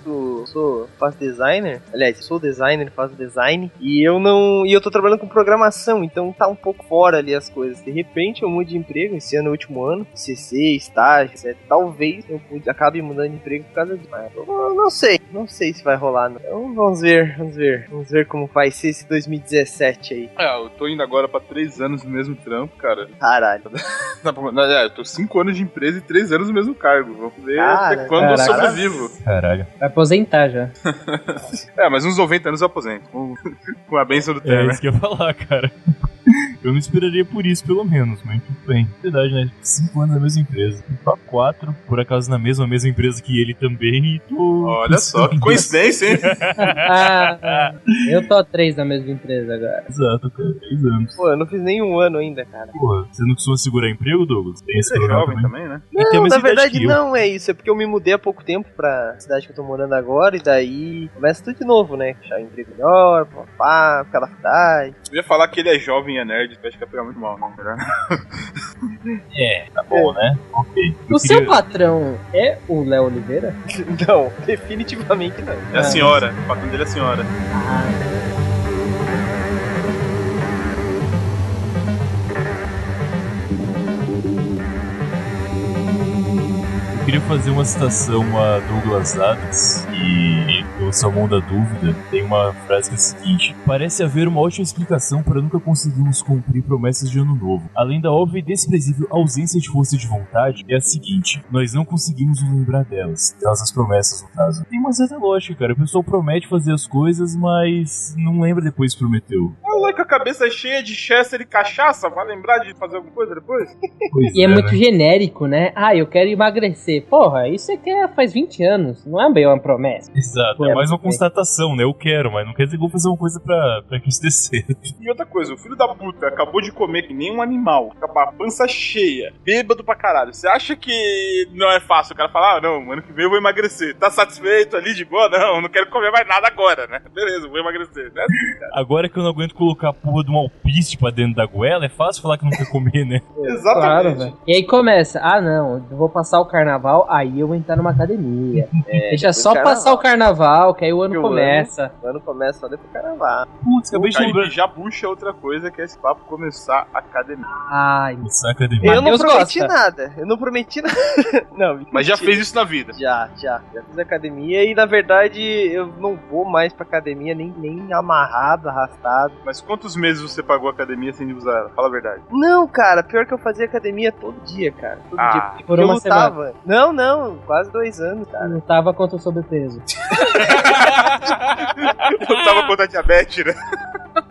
Speaker 5: sou, faço designer, aliás, sou designer, faço design, e eu não, e eu tô trabalhando com programação, então tá um pouco fora ali as coisas. De repente eu mudo de emprego, esse ano é o último ano, CC, estágio, etc. Talvez eu mude- acabe mudando de emprego por causa disso. Mas eu não- não sei, não sei se vai rolar, não. Então vamos ver, vamos ver, vamos ver como vai ser esse 2017 aí.
Speaker 1: É, eu tô indo agora pra três anos no mesmo trampo, cara.
Speaker 5: Caralho.
Speaker 1: Tá bom, não, é, eu tô cinco anos de empresa e três anos no mesmo cargo. Vamos ver
Speaker 5: Cara,
Speaker 1: até quando eu
Speaker 3: caraca.
Speaker 1: sobrevivo.
Speaker 2: Caralho.
Speaker 3: Vai aposentar já.
Speaker 1: É, mas uns 90 anos eu aposento. Com, com a benção do
Speaker 2: É,
Speaker 1: Temer.
Speaker 2: isso que eu ia falar, cara. Eu não esperaria por isso, pelo menos, mas tudo bem. Verdade, né? Cinco anos na mesma empresa. Só quatro, por acaso, na mesma, mesma empresa que ele também. E tô...
Speaker 1: Olha só, que coincidência,
Speaker 2: É
Speaker 1: hein?
Speaker 3: Ah, eu tô há três na mesma empresa agora.
Speaker 2: Exato, cara. Três anos.
Speaker 5: Pô, eu não fiz nenhum ano ainda, cara.
Speaker 2: Porra, você não costuma segurar emprego, Douglas? Tem esse
Speaker 1: Você é
Speaker 2: problema
Speaker 1: jovem
Speaker 2: também.
Speaker 1: também, né?
Speaker 2: E tem a
Speaker 5: Não,
Speaker 2: mesma
Speaker 5: na
Speaker 2: idade
Speaker 5: verdade
Speaker 2: que eu.
Speaker 5: não é isso, é porque eu me mudei há pouco tempo pra cidade que eu tô morando agora, e daí começa tudo de novo, né? Achar um emprego melhor, papá, ficar na faculdade.
Speaker 1: Eu ia falar que ele é jovem e é nerd, acho que ia pegar muito mal, né?
Speaker 2: É, tá bom, né? Ok. Eu
Speaker 3: O seu
Speaker 2: queria-
Speaker 3: patrão é o Léo Oliveira?
Speaker 5: Não, definitivamente não.
Speaker 1: É a senhora, o patrão dele é a senhora.
Speaker 2: Eu queria fazer uma citação a Douglas Adams, que, pelo Salmão da Dúvida, tem uma frase que é a seguinte: Parece haver uma ótima explicação para nunca conseguirmos cumprir promessas de ano novo. Além da óbvia e desprezível ausência de força de vontade, é a seguinte: nós não conseguimos nos lembrar delas, delas as promessas, no caso. Tem uma certa lógica, cara. O pessoal promete fazer as coisas, mas não lembra depois que prometeu.
Speaker 1: Olha que a cabeça é cheia de Chester e cachaça, vai lembrar de fazer alguma coisa depois?
Speaker 2: Pois
Speaker 3: E é muito
Speaker 2: né?
Speaker 3: genérico, né? Ah, eu quero emagrecer. Porra, isso é que é faz 20 anos. Não é bem uma promessa.
Speaker 2: Exato, é
Speaker 3: É,
Speaker 2: mais uma
Speaker 3: muito bem.
Speaker 2: constatação, né? Eu quero, mas não quer dizer que eu vou fazer uma coisa pra, pra que isso dê certo.
Speaker 1: E outra coisa, o filho da puta acabou de comer que nem um animal, tá com a pança cheia, bêbado pra caralho. Você acha que não é fácil o cara falar, ah, não, ano que vem eu vou emagrecer. Tá satisfeito ali de boa? Não, não quero comer mais nada agora, né? Beleza, vou emagrecer, né?
Speaker 5: É,
Speaker 2: Agora que eu não aguento colocar a porra de um alpiste pra dentro da goela, é fácil falar que não quer comer, né?
Speaker 1: Exatamente.
Speaker 5: né?
Speaker 3: velho. E aí começa. Ah, não, eu vou passar o carnaval, aí eu vou entrar numa academia. Deixa
Speaker 5: É, depois
Speaker 3: só
Speaker 5: do carnaval.
Speaker 3: passar o carnaval, que aí o ano
Speaker 5: Que o
Speaker 3: começa.
Speaker 5: O ano começa só depois do carnaval.
Speaker 2: Putz, acabei de
Speaker 1: Aí
Speaker 2: lembrar.
Speaker 1: já puxa outra coisa que é esse papo começar a academia.
Speaker 3: Ai,
Speaker 2: Essa academia.
Speaker 5: Eu não
Speaker 3: Matheus
Speaker 5: prometi
Speaker 3: gosta.
Speaker 5: nada, eu não prometi nada. não,
Speaker 1: Mas já
Speaker 5: mentira.
Speaker 1: fez isso na vida.
Speaker 5: Já, já. Já fiz academia e na verdade eu não vou mais pra academia nem, nem amarrado, arrastado.
Speaker 1: Mas quantos meses você pagou a academia sem usar ela? Fala a verdade.
Speaker 5: Não, cara, pior que eu fazia academia todo dia, cara. Todo
Speaker 1: Ah.
Speaker 5: dia. Porque
Speaker 3: Por
Speaker 5: eu
Speaker 3: uma
Speaker 5: lutava. Não, não, quase dois anos, cara.
Speaker 3: não tava contra o sobrepeso.
Speaker 1: Eu tava contra a diabetes, né?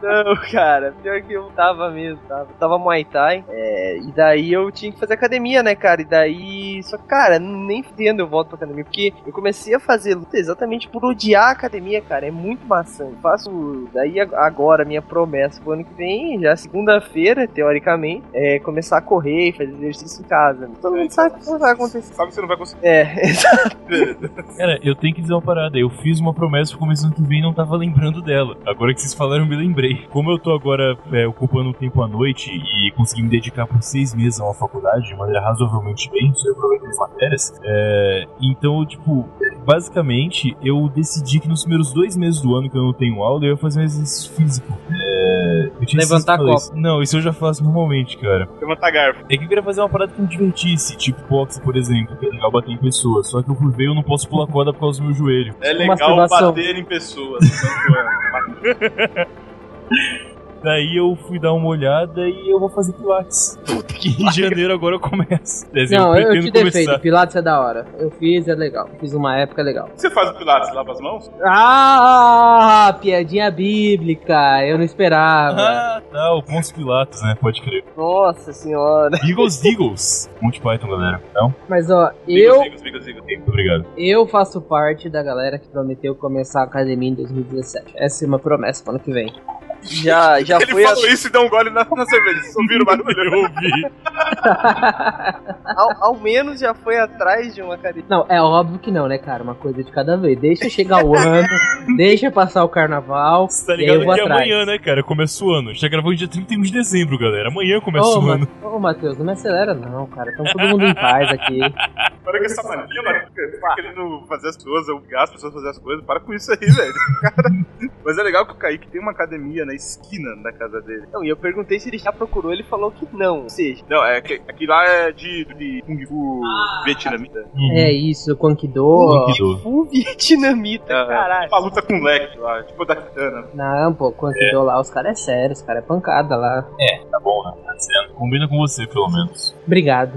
Speaker 5: Não, cara, pior que eu tava mesmo, tava, tava Muay Thai, é, e daí eu tinha que fazer academia, né, cara, e daí, só que, cara, nem fudendo eu volto pra academia, porque eu comecei a fazer luta exatamente por odiar a academia, cara, é muito maçante, faço, daí a- agora, minha promessa pro ano que vem, já é segunda-feira, teoricamente, é começar a correr e fazer exercício em casa, né, todo mundo sabe o que vai acontecer.
Speaker 1: Sabe que você não vai conseguir.
Speaker 5: É,
Speaker 2: Cara, eu tenho que dizer uma parada. Eu fiz uma promessa pro começo do ano que vem e não tava lembrando dela. Agora que vocês falaram, eu me lembrei. lembrei, como eu tô agora é, ocupando um tempo à noite e consegui me dedicar por seis meses a uma faculdade de maneira razoavelmente bem, só eu aproveitei as matérias, é, então, tipo, basicamente, eu decidi que nos primeiros dois meses do ano que eu não tenho aula, eu ia fazer um exercício físico. É, eu tinha
Speaker 3: Levantar
Speaker 2: esquecido de falar isso. Não, isso eu já faço normalmente, cara.
Speaker 1: Levantar garfo.
Speaker 2: É que eu queria fazer uma parada que me divertisse, tipo boxe, por exemplo, que é legal bater em pessoas. Só que eu fui ver, eu não posso pular corda por causa do meu joelho.
Speaker 1: É legal
Speaker 3: Masturbação.
Speaker 1: bater em pessoas. tanto é.
Speaker 2: Daí eu fui dar uma olhada e eu vou fazer pilates. Puta que Em janeiro agora eu começo. Quer dizer,
Speaker 3: Não, eu, eu
Speaker 2: pretendo
Speaker 3: te defendo. Pilates é da hora. Eu fiz, é legal. Fiz uma época legal.
Speaker 1: Você faz o pilates, lava as mãos?
Speaker 3: Ah, piadinha bíblica. Eu não esperava.
Speaker 2: Ah, tá, o Ponce Pilatos, né? Pode crer.
Speaker 5: Nossa senhora.
Speaker 2: Eagles, Eagles. Monty Python, galera. Então, Não?
Speaker 3: Mas ó, eu,
Speaker 1: Bigos, bigos, bigos, bigos.
Speaker 2: Muito obrigado.
Speaker 3: eu faço parte da galera que prometeu começar a academia em 2017. Essa é uma promessa pro ano que vem.
Speaker 5: Já, já
Speaker 1: Ele
Speaker 5: foi a,
Speaker 1: falou isso e deu um gole na, na cerveja. Vocês ouviram o barulho?
Speaker 2: é Eu ouvi.
Speaker 5: ao, ao menos já foi atrás de uma academia.
Speaker 3: Não, é óbvio que não, né, cara? Uma coisa de cada vez. Deixa chegar o ano, deixa passar o carnaval.
Speaker 2: Você tá
Speaker 3: e aí
Speaker 2: ligado
Speaker 3: eu vou
Speaker 2: que é
Speaker 3: atrás.
Speaker 2: amanhã, né, cara? Começa o ano. A gente tá gravando dia 31 de dezembro, galera. Amanhã começa
Speaker 3: Ô,
Speaker 2: o
Speaker 3: Ma-
Speaker 2: ano.
Speaker 3: ô, Matheus, não me acelera não, cara. Estamos todo mundo em paz aqui.
Speaker 1: Para com essa mania, mano. Tá querendo fazer as pessoas, obrigar as pessoas a fazer as coisas. Para com isso aí, velho. Cara. Mas é legal que o Kaique tem uma academia na esquina da casa dele.
Speaker 5: Não, e eu perguntei se ele já procurou, ele falou que não. Ou seja,
Speaker 1: Não, é que aqui lá é de, de Kung Fu vietnamita.
Speaker 2: Hum,
Speaker 3: É isso, Quankido.
Speaker 2: Uhum.
Speaker 5: um vietnamita,
Speaker 1: É.
Speaker 5: caralho.
Speaker 1: Uma luta com leque lá, tipo da Kitana.
Speaker 3: Não, pô, Quankido lá, os caras é sério, os caras é pancada lá.
Speaker 2: Tá bom, né? Tá dizendo. Combina com você, pelo menos.
Speaker 3: Obrigado.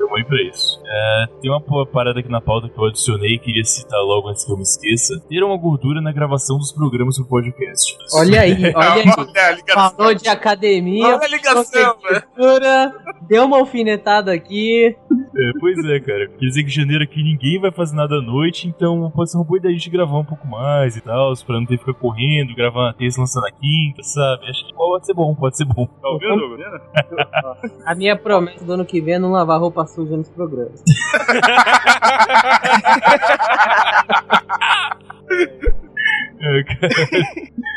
Speaker 2: Eu vou ir pra isso. É, tem uma pa- parada aqui na pauta que eu adicionei e queria citar logo antes que eu me esqueça. Ter uma gordura na gravação dos programas do podcast. Isso
Speaker 3: Olha aí, olha aí.
Speaker 1: Olha é a ligação.
Speaker 3: Falou de academia,
Speaker 1: Olha a ligação, velho.
Speaker 3: cultura, deu uma alfinetada aqui.
Speaker 2: É, pois é, cara. Quer dizer que janeiro aqui ninguém vai fazer nada à noite, então pode ser uma boa ideia a gente gravar um pouco mais e tal, pra não ter que ficar correndo, gravar na terça, lançar na quinta, sabe? Acho que pode ser bom, pode ser bom.
Speaker 1: Tá ouvindo, Douglas?
Speaker 3: A minha promessa do ano que vem é não lavar roupa suja nos programas.
Speaker 2: É, cara.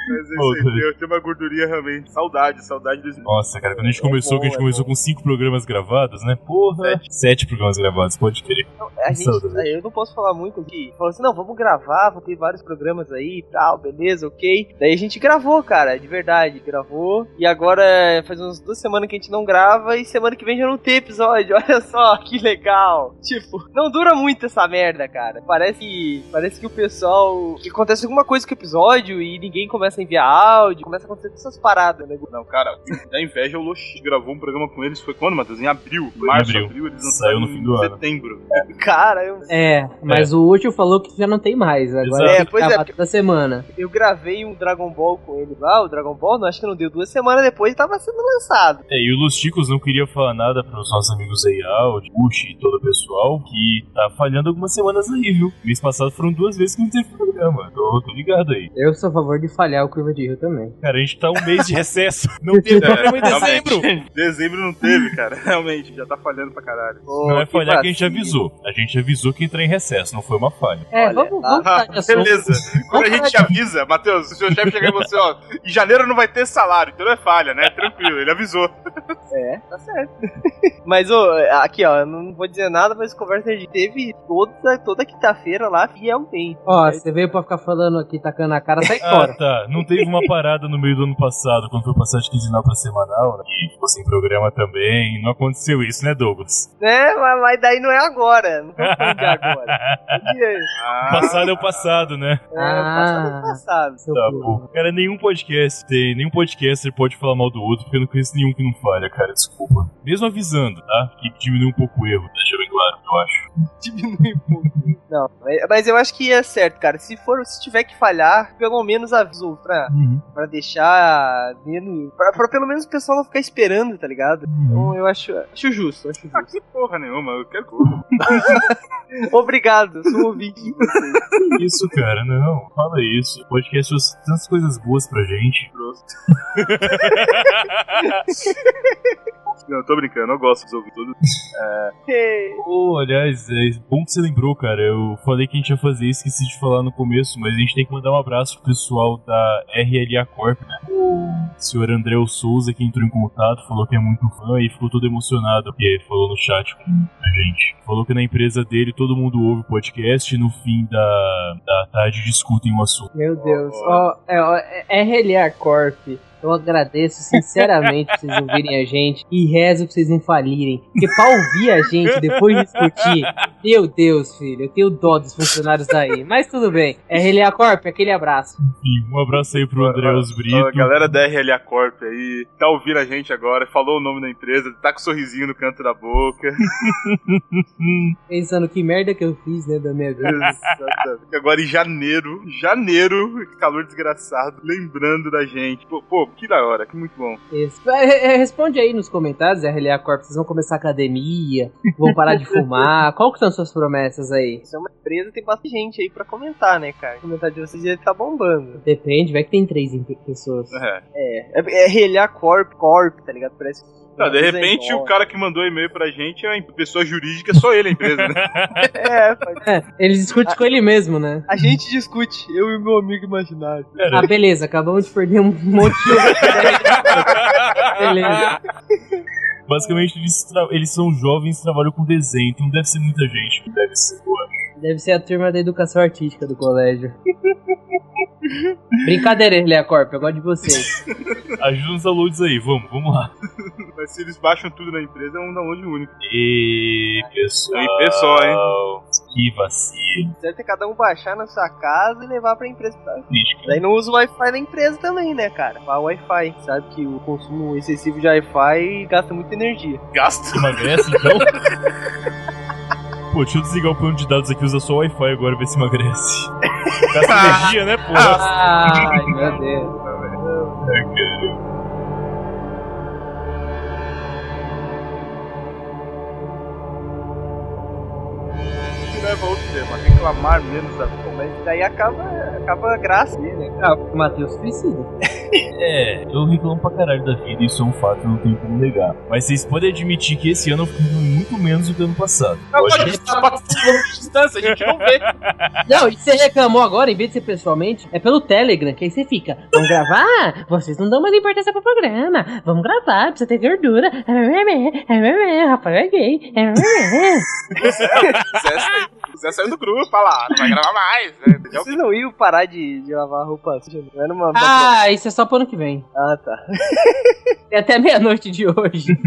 Speaker 1: Mas
Speaker 2: Ô,
Speaker 1: esse aí, eu tenho uma gordurinha realmente. Saudade, saudade dos.
Speaker 2: Nossa, cara, quando a gente começou, que a gente começou com cinco programas gravados, né? Porra! Sete, programas gravados, pode crer.
Speaker 5: A gente,
Speaker 2: Saudade.
Speaker 5: eu não posso falar muito aqui. Falou assim, não, vamos gravar, vou ter vários programas aí e tal, beleza, ok. Daí a gente gravou, cara, de verdade, gravou. E agora faz umas duas semanas que a gente não grava e semana que vem já não tem episódio. Olha só, que legal. Tipo, não dura muito essa merda, cara. Parece que, parece que o pessoal... Que acontece alguma coisa com o episódio e ninguém começa a enviar áudio, começa a acontecer todas essas paradas, né?
Speaker 1: Não, cara, da inveja, o Loxi gravou um programa com eles. Foi quando, Matheus? Em abril.
Speaker 2: em
Speaker 1: Março,
Speaker 2: abril.
Speaker 1: abril. eles lançaram
Speaker 2: Saiu no fim do
Speaker 1: em
Speaker 2: ano.
Speaker 1: setembro.
Speaker 5: Cara, eu,
Speaker 3: É, mas o útil falou que já não tem mais. Agora
Speaker 2: Exato.
Speaker 5: É,
Speaker 3: tem que
Speaker 5: pois é,
Speaker 3: gravar
Speaker 5: porque-
Speaker 3: toda semana.
Speaker 5: eu gravei um Dragon Ball com ele lá, o Dragon Ball, não, acho que não deu duas semanas depois, tava sendo lançado.
Speaker 2: É, e o Los Chicos não queria falar nada pros nossos amigos aí, Audi, Bush e todo o pessoal, que tá falhando algumas semanas aí, viu? Mês passado foram duas vezes que não teve programa. Tô, tô ligado aí.
Speaker 3: Eu sou a favor de falhar o Curva de Rio também.
Speaker 2: Cara, a gente tá um mês de recesso. Não tem programa em dezembro.
Speaker 1: É, Realmente, dezembro não teve, cara. Realmente, já tá falhando pra caralho.
Speaker 5: Ô,
Speaker 2: Não é falhar que a gente
Speaker 5: vacilo.
Speaker 2: avisou. A gente avisou que ia entrar em recesso, não foi uma falha.
Speaker 3: É,
Speaker 5: Olha,
Speaker 3: vamos,
Speaker 5: tá.
Speaker 3: vamos
Speaker 1: Ah,
Speaker 3: falar de assunto.
Speaker 1: beleza. Quando a gente avisa, Matheus, se o seu chefe chegar em você, assim, ó, em janeiro não vai ter salário, então não é falha, né? Tranquilo, ele avisou.
Speaker 5: É, tá certo. mas, ô, aqui, ó, eu não vou dizer nada, mas conversa de teve toda, toda quinta-feira lá, é um fielmente.
Speaker 3: Ó, você veio pra ficar falando aqui, tacando a cara, sai
Speaker 2: Ah,
Speaker 3: fora.
Speaker 2: tá. Não teve uma parada no meio do ano passado, quando foi passar de quinzenal pra semanal, né? E ficou sem programa também. Não aconteceu isso, né, Douglas?
Speaker 5: Né? Mas, mas daí não é agora. Não tô falando de agora. É de- é,
Speaker 1: Ah,
Speaker 2: Passado é o passado, né?
Speaker 5: passado é
Speaker 3: Ah.
Speaker 5: passado.
Speaker 3: Seu
Speaker 2: Tá
Speaker 3: cu.
Speaker 2: bom. Cara, nenhum podcast tem, nenhum podcaster pode falar mal do outro, porque eu não conheço nenhum que não falha, cara. Desculpa. Mesmo avisando, tá? Que diminui um pouco o erro, deixa bem claro, eu acho.
Speaker 5: Diminui um pouco. Não, mas- mas eu acho que é certo, cara. Se for, se tiver que falhar, pelo menos avisou pra, pra deixar menos. Pra, pra pelo menos o pessoal não ficar esperando, tá ligado?
Speaker 2: Uhum.
Speaker 5: Então eu acho, acho justo, acho
Speaker 1: Ah,
Speaker 5: justo.
Speaker 1: que porra nenhuma, eu quero correr.
Speaker 5: Obrigado, sou um ouvinte de vocês.
Speaker 2: Que Então é Isso, cara, não. Fala isso. O podcast trouxe tantas coisas boas pra gente.
Speaker 1: Não, tô brincando, eu gosto dos ouvintes.
Speaker 2: Pô, aliás, é bom que você lembrou, cara. Eu falei que a gente ia fazer isso, esqueci de falar no começo, mas a gente tem que mandar um abraço pro pessoal da RLA Corp, né? O senhor André Souza, que entrou em contato, falou que é muito fã e ficou todo emocionado, porque falou no chat com a gente. Falou que na empresa dele todo mundo ouve o podcast e no fim da, da tarde discutem o assunto.
Speaker 3: Meu Deus. Ó, é, ó, é- RLA Corp. Eu agradeço sinceramente por vocês ouvirem a gente e rezo pra vocês não falirem. Porque pra ouvir a gente depois de discutir, meu Deus, filho, eu tenho dó dos funcionários daí. Mas tudo bem. RLA Corp, aquele abraço.
Speaker 2: Enfim, um abraço aí pro André Brito.
Speaker 1: A galera da RLA Corp aí tá ouvindo a gente agora, falou o nome da empresa, tá com um sorrisinho no canto da boca.
Speaker 3: Pensando que merda que eu fiz, né, da minha vida.
Speaker 1: Exatamente. Agora em janeiro, janeiro, que calor desgraçado, lembrando da gente. Pô, pô, que da hora, que muito bom.
Speaker 3: Isso. É, é, Responde aí nos comentários, RLA Corp, vocês vão começar a academia, vão parar de fumar. Qual que são suas promessas aí?
Speaker 5: Isso é uma empresa, tem bastante gente aí pra comentar, né, cara? O comentário de vocês já tá bombando.
Speaker 3: Depende, vai que tem três em- pessoas.
Speaker 1: É.
Speaker 5: É, é, é relhar Corp, Corp, tá ligado? Parece que.
Speaker 1: Não, de repente, o cara que mandou e-mail pra gente é a pessoa jurídica, só ele a empresa, né?
Speaker 5: É, faz-
Speaker 3: É, ele discute com ele mesmo, né?
Speaker 5: a gente discute, eu e meu amigo imaginário.
Speaker 3: Ah, beleza, acabamos de perder um monte de. beleza.
Speaker 2: Basicamente, eles, tra- eles são jovens e trabalham com desenho, então deve ser muita gente que deve ser.
Speaker 3: Deve ser a turma da educação artística do colégio. Brincadeira, Erlea Corp, eu gosto de vocês.
Speaker 2: Ajuda nos downloads aí, vamos, vamos lá.
Speaker 1: Mas se eles baixam tudo na empresa, é um download único.
Speaker 2: E
Speaker 1: É
Speaker 2: pessoal,
Speaker 1: um IP só, hein?
Speaker 2: que vacilo.
Speaker 5: Certo é cada um baixar na sua casa e levar pra empresa. Tá?
Speaker 2: Crítica.
Speaker 5: Daí não usa o Wi-Fi da empresa também, né, cara? Vai o Wi-Fi. Sabe que o consumo excessivo de Wi-Fi gasta muita energia.
Speaker 1: Gasto.
Speaker 2: Emagrece, então? Pô, deixa eu desligar o plano de dados aqui, usa só o Wi-Fi agora, ver se emagrece. Gasta energia, né, pô?
Speaker 3: Ai, meu Deus.
Speaker 1: que leva a outro tema, reclamar menos da vida.
Speaker 5: Bom, mas daí acaba, acaba a graça dele, né?
Speaker 3: Ah, o Matheus suicida.
Speaker 2: É, eu reclamo pra caralho da vida, isso é um fato, eu não tenho como negar. Mas vocês podem admitir que esse ano eu fiquei muito menos do que ano passado.
Speaker 1: Agora a gente tá passando de distância, a gente não vê.
Speaker 3: Não, e você reclamou agora, em vez de ser pessoalmente, é pelo Telegram, que aí você fica. Vamos gravar? Vocês não dão mais importância pro programa. Vamos gravar, precisa ter gordura. Rafael é gay.
Speaker 1: Zé saiu- Zé saiu do grupo, olha lá, não vai gravar mais. Né? Entendeu?
Speaker 5: Vocês não iam parar de, de lavar a roupa suja, não era uma... uma-
Speaker 3: Ah, isso é só pro ano que vem.
Speaker 5: Ah, tá.
Speaker 3: É até meia-noite de hoje.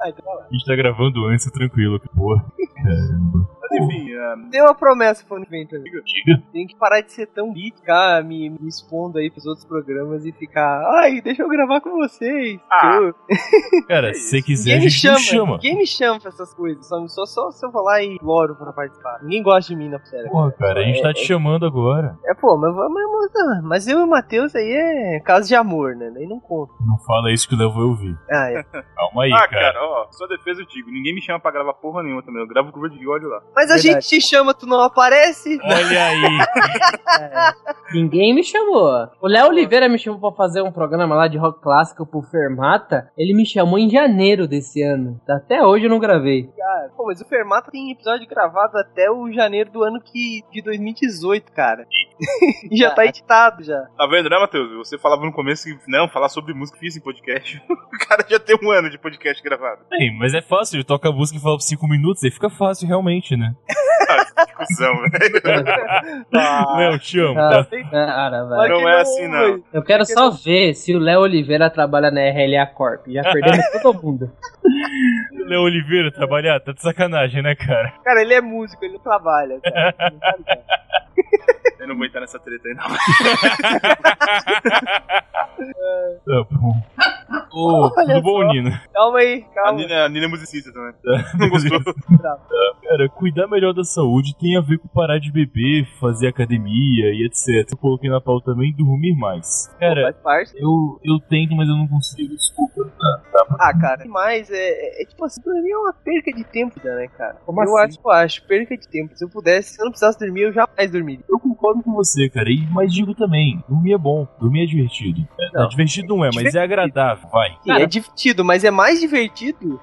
Speaker 5: Ah, então vai lá.
Speaker 2: A gente tá gravando antes, tranquilo, que porra.
Speaker 1: Mas enfim, ah,
Speaker 5: Tem uma promessa pro ano que vem também.
Speaker 2: Diga.
Speaker 5: Tem que parar de ser tão bi, ficar me, me expondo aí pros outros programas e ficar... Ai, deixa eu gravar com vocês.
Speaker 1: Ah,
Speaker 5: Eu-
Speaker 2: Cara,
Speaker 1: Que
Speaker 2: se você quiser, a
Speaker 5: Ninguém me
Speaker 2: gente
Speaker 5: chama,
Speaker 2: não chama.
Speaker 5: ninguém me chama pra essas coisas. Só, só, só se eu vou lá e imploro pra participar. Ninguém gosta de mim, na sério.
Speaker 2: Porra, cara, a gente tá te chamando agora.
Speaker 5: É, pô, mas, mas, mas, mas eu e o Matheus aí é caso de amor, né? Daí não conta.
Speaker 2: Não fala isso que o Léo vai ouvir.
Speaker 5: Ah, é.
Speaker 2: Calma aí,
Speaker 1: ah,
Speaker 2: cara.
Speaker 1: cara, ó, sua defesa eu digo, ninguém me chama pra gravar porra nenhuma também, eu gravo curva de guia, olha lá.
Speaker 5: Mas a
Speaker 3: Verdade.
Speaker 5: gente te chama, tu não aparece?
Speaker 2: Olha aí.
Speaker 3: Ninguém me chamou. O Léo Oliveira me chamou pra fazer um programa lá de rock clássico pro Fermata. Ele me chamou em janeiro desse ano. Até hoje eu não gravei.
Speaker 5: Cara, pô, mas o Fermata tem episódio gravado até o janeiro do ano que, de 2018, cara. e já tá editado já.
Speaker 1: Tá vendo, né, Matheus? Você falava no começo que não, falar sobre música fiz em podcast. o cara já tem um ano de podcast gravado.
Speaker 2: Bem, mas é fácil, ele toca a música e fala por 5 minutos, aí fica fácil realmente, né?
Speaker 1: Que cuzão, velho.
Speaker 2: Léo, te amo,
Speaker 3: Ah.
Speaker 2: tá?
Speaker 3: Cara,
Speaker 5: Mas
Speaker 3: velho.
Speaker 1: Não
Speaker 5: que
Speaker 1: é assim, não.
Speaker 3: Eu quero só ver se o Léo Oliveira trabalha na RLA Corp. Já perdemos todo mundo.
Speaker 2: Léo Oliveira trabalhar, tá de sacanagem, né, cara?
Speaker 5: Cara, ele é músico, ele não trabalha. Cara. Não tá ligado.
Speaker 1: Eu não vou entrar nessa treta aí, não.
Speaker 2: Tá bom. Ô,
Speaker 5: Olha
Speaker 2: tudo bom,
Speaker 5: só.
Speaker 2: Nina?
Speaker 5: calma aí,
Speaker 1: A
Speaker 5: calma.
Speaker 1: Nina, a Nina é musicista também. Não gostou?
Speaker 2: Ah, Cara, cuidar melhor da saúde tem a ver com parar de beber, fazer academia e etc. Eu coloquei na pauta também dormir mais. Cara,
Speaker 5: Faz parte.
Speaker 2: eu, eu tento, mas eu não consigo, desculpa.
Speaker 5: Ah, cara, mas é, é, é tipo assim, dormir é uma perca de tempo, né, cara?
Speaker 3: Como
Speaker 5: eu
Speaker 3: assim?
Speaker 5: acho, eu acho, perca de tempo. Se eu pudesse, se eu não precisasse dormir, eu jamais dormiria.
Speaker 2: Eu concordo com você, cara, e, mas digo também, dormir é bom, dormir é divertido. É, não,
Speaker 5: Não.
Speaker 2: divertido não é, mas é
Speaker 5: Divertido.
Speaker 2: agradável, vai. Vai.
Speaker 5: Sim, é divertido, mas é mais divertido.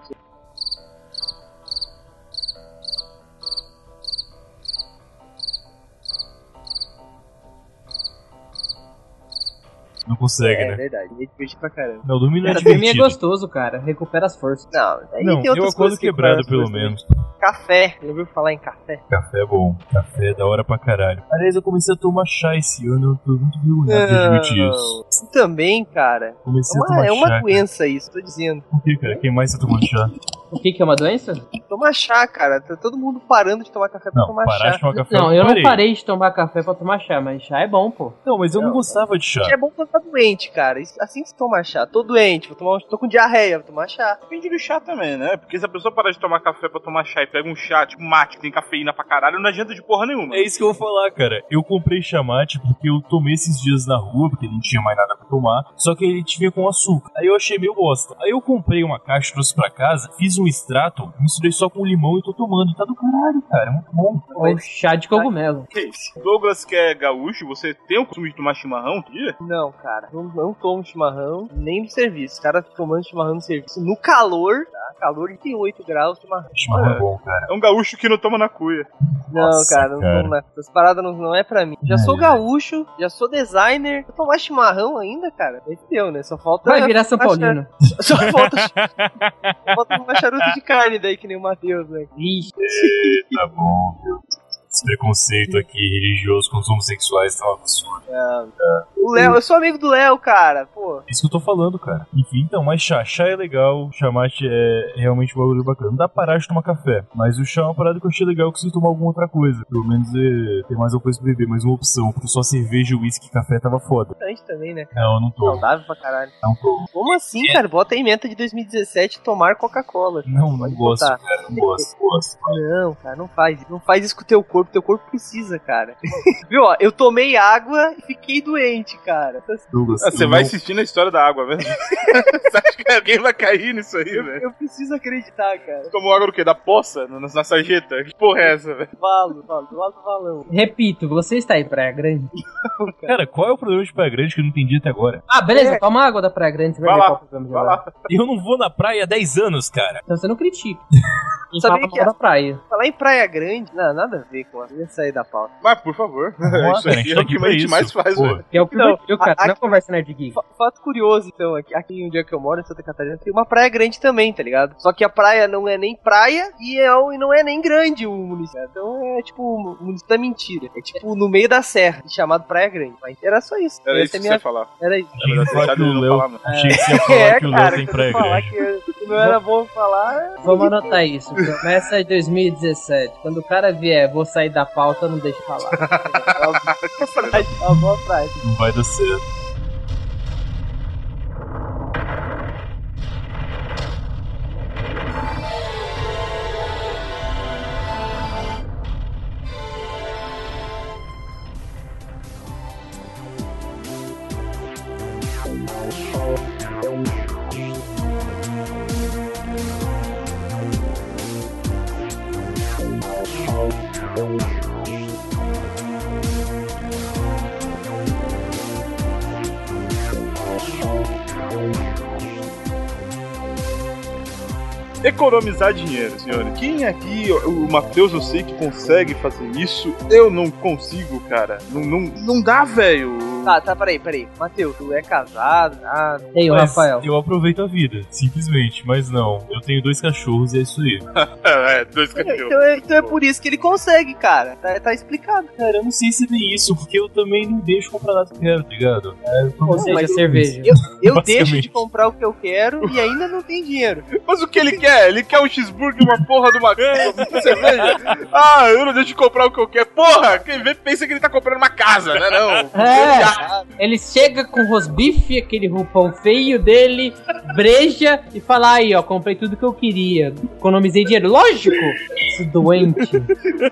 Speaker 2: Não consegue,
Speaker 5: é
Speaker 2: né?
Speaker 5: verdade, é divertido pra caramba.
Speaker 2: Não, dormir não é
Speaker 3: Cara, dormir é
Speaker 2: divertido.
Speaker 3: gostoso, cara. Recupera as forças.
Speaker 5: Não, aí
Speaker 2: Não,
Speaker 5: tem
Speaker 2: eu
Speaker 5: outras
Speaker 2: acordo
Speaker 5: coisas que
Speaker 2: quebrado
Speaker 5: fazem
Speaker 2: pelo
Speaker 5: gostoso.
Speaker 2: menos.
Speaker 5: Café, já ouviu falar em café?
Speaker 2: Café é bom. Café é da hora pra caralho. Aliás, eu comecei a tomar chá esse ano, eu tô muito vergonhado de admitir isso.
Speaker 5: Isso também, cara. É
Speaker 2: Comecei a
Speaker 5: uma,
Speaker 2: tomar
Speaker 5: é uma
Speaker 2: chá.
Speaker 5: doença isso, tô dizendo.
Speaker 2: Por que, cara? Quem mais tá tomando chá?
Speaker 3: O que que é uma doença?
Speaker 5: Tomar chá, cara. Tá todo mundo parando de tomar café pra
Speaker 2: Não,
Speaker 5: tomar
Speaker 2: parar
Speaker 5: chá.
Speaker 2: de tomar café.
Speaker 3: Não, eu não parei de tomar café pra tomar chá, mas chá é bom, pô.
Speaker 2: Não, mas eu não,
Speaker 5: Não.
Speaker 2: gostava de chá.
Speaker 5: É bom quando tá doente, cara. Isso- Assim que você toma chá. Tô doente, vou tomar, um- tô com diarreia, vou tomar chá.
Speaker 1: Depende do chá também, né? Porque se a pessoa parar de tomar café pra tomar chá e pega um chá, tipo mate, que tem cafeína pra caralho, não adianta de porra nenhuma.
Speaker 2: É isso que eu vou falar, cara. Eu comprei chamate porque eu tomei esses dias na rua, porque não tinha mais nada pra tomar. Só que ele tinha com açúcar. Aí eu achei meio bosta. Aí eu comprei uma caixa, trouxe pra casa, fiz um extrato, misturei só com limão e tô tomando. Tá do caralho, cara. É muito bom.
Speaker 3: Ou chá de cogumelo.
Speaker 1: é Douglas, que é gaúcho, você tem um o costume de tomar chimarrão? Ih,
Speaker 5: Não, cara. Não, não tomo chimarrão nem no serviço. Os caras tomando chimarrão no serviço no calor, tá? Calor de 8 graus, chimarrão.
Speaker 2: Chimarrão é bom, cara.
Speaker 1: É um gaúcho que não toma na cuia.
Speaker 5: Não,
Speaker 2: Nossa,
Speaker 5: cara, não
Speaker 2: cara.
Speaker 5: tomo nada. Essas paradas não, não é pra mim. Já
Speaker 2: Ai,
Speaker 5: sou
Speaker 2: ai.
Speaker 5: gaúcho, já sou designer. Vou tomar chimarrão ainda, cara? Aí deu, né? Só falta.
Speaker 3: Vai virar São
Speaker 5: Chá.
Speaker 3: Paulino.
Speaker 5: Só falta. só falta uma charuta de carne daí, que nem o Matheus, né?
Speaker 3: Vixe,
Speaker 2: Tá bom, meu. Esse preconceito aqui religioso com os homossexuais tá um absurdo.
Speaker 5: O Léo, eu sou amigo do Léo, cara. Pô,
Speaker 2: Isso que eu tô falando, cara. Enfim, então, mas chá. Chá é legal, chamate é realmente um bagulho bacana. Não dá pra parar de tomar café, mas o chá é uma parada que eu achei legal que você tomar alguma outra coisa. Pelo menos é, tem mais uma coisa pra beber, mais uma opção. Porque só cerveja, uísque e café tava foda.
Speaker 5: importante também, né?
Speaker 2: Não, eu não tô.
Speaker 5: Saudável pra caralho.
Speaker 2: Não tô.
Speaker 5: Como assim, cara? Bota aí meta de 2017 tomar Coca-Cola.
Speaker 2: Não, não
Speaker 5: Pode
Speaker 2: gosto,
Speaker 5: botar.
Speaker 2: cara. Não gosto, não gosto.
Speaker 5: Não, cara, não faz. Não faz isso com o teu corpo. Teu corpo precisa, cara. Viu, ó? Eu tomei água e fiquei doente, cara. Então, assim,
Speaker 2: Douglas,
Speaker 1: Ah, você
Speaker 2: eu
Speaker 1: vai
Speaker 2: não-
Speaker 1: assistir na história da água, velho. você acha que alguém vai cair nisso aí,
Speaker 5: Eu,
Speaker 1: velho?
Speaker 5: eu preciso acreditar, cara.
Speaker 1: Tomou água do quê? Da poça? Na, na sarjeta? Que porra é essa, velho?
Speaker 5: Valo, valo, do lado do valão.
Speaker 3: repito, você está em Praia Grande.
Speaker 2: Cara, qual é o problema de Praia Grande que eu não entendi até agora?
Speaker 3: Ah, beleza, toma água da Praia Grande, você vai,
Speaker 1: Vai
Speaker 3: ver
Speaker 1: lá,
Speaker 3: qual é problema
Speaker 1: vai lá.
Speaker 2: Eu não vou na praia há 10 anos, cara.
Speaker 3: Então você não critica. Não
Speaker 5: Sabia
Speaker 3: fala
Speaker 5: que
Speaker 3: mal da praia.
Speaker 5: Falar em Praia Grande, não, nada a ver com a ia sair da pauta.
Speaker 1: Mas, por favor.
Speaker 2: Vamos lá,
Speaker 1: isso
Speaker 2: cara, a
Speaker 1: aqui
Speaker 2: gente
Speaker 1: é
Speaker 2: tá
Speaker 1: o
Speaker 2: aqui
Speaker 1: que
Speaker 2: pra
Speaker 1: a gente
Speaker 2: isso.
Speaker 1: mais faz,
Speaker 2: Pô,
Speaker 1: velho.
Speaker 3: Que é o que
Speaker 5: Não,
Speaker 3: eu, cara,
Speaker 5: a-
Speaker 3: não
Speaker 5: a-
Speaker 3: conversa Nerd Geek.
Speaker 5: Fa- Fato curioso, então, aqui, aqui onde é que eu moro, em Santa Catarina, tem uma praia grande também, tá ligado? Só que a praia não é nem praia e, é, o- e não é nem grande o município. Então é tipo o município da mentira. É tipo no meio da serra, chamado Praia Grande. Mas era só isso.
Speaker 1: Era isso
Speaker 5: Essa é
Speaker 1: que
Speaker 5: minha-
Speaker 1: você ia falar.
Speaker 5: Era isso.
Speaker 2: Achei que você ia
Speaker 1: Deixar
Speaker 2: falar que
Speaker 1: ele
Speaker 2: o
Speaker 1: não
Speaker 2: Léo-
Speaker 1: falar, né? não.
Speaker 2: achei que você ia falar
Speaker 3: É,
Speaker 2: que o Léo tem
Speaker 5: quando eu
Speaker 2: Praia
Speaker 5: falar
Speaker 2: Grande.
Speaker 5: que eu- que não era bom falar.
Speaker 3: Vamos anotar isso. Começa em 2017. Quando o cara vier, vou sair da pauta, não deixa falar.
Speaker 5: É uma boa praia.
Speaker 2: Não vai dar certo.
Speaker 1: Economizar dinheiro, senhores. Quem aqui, o o Matheus, eu sei que consegue fazer isso. Eu não consigo, cara. Não, não, não dá, velho.
Speaker 5: Tá, tá, peraí, peraí. Matheus, tu é casado? Ah,
Speaker 3: Ei, o
Speaker 2: Mas
Speaker 3: Rafael.
Speaker 2: Eu aproveito a vida, simplesmente, mas não. Eu tenho dois cachorros e é isso aí.
Speaker 1: É, é, dois cachorros.
Speaker 5: então, é, então é por isso que ele consegue, cara. Tá, tá explicado.
Speaker 2: Cara, eu não sei se é bem isso, porque eu também não deixo comprar nada que eu quero, tá ligado? É, eu tô
Speaker 3: Ou
Speaker 2: com-
Speaker 3: seja,
Speaker 2: mas-
Speaker 3: cerveja.
Speaker 5: Eu
Speaker 2: Basicamente.
Speaker 5: deixo de comprar o que eu quero e ainda não tem dinheiro.
Speaker 1: Mas o que ele quer? Ele quer um cheeseburger, uma porra de uma uma cerveja? Ah, eu não deixo de comprar o que eu quero. Porra, quem vê pensa que ele tá comprando uma casa, né? Não.
Speaker 3: É, ele chega com rosbife, aquele roupão feio dele, breja e fala aí, ó, comprei tudo que eu queria, economizei dinheiro. Lógico, esse doente.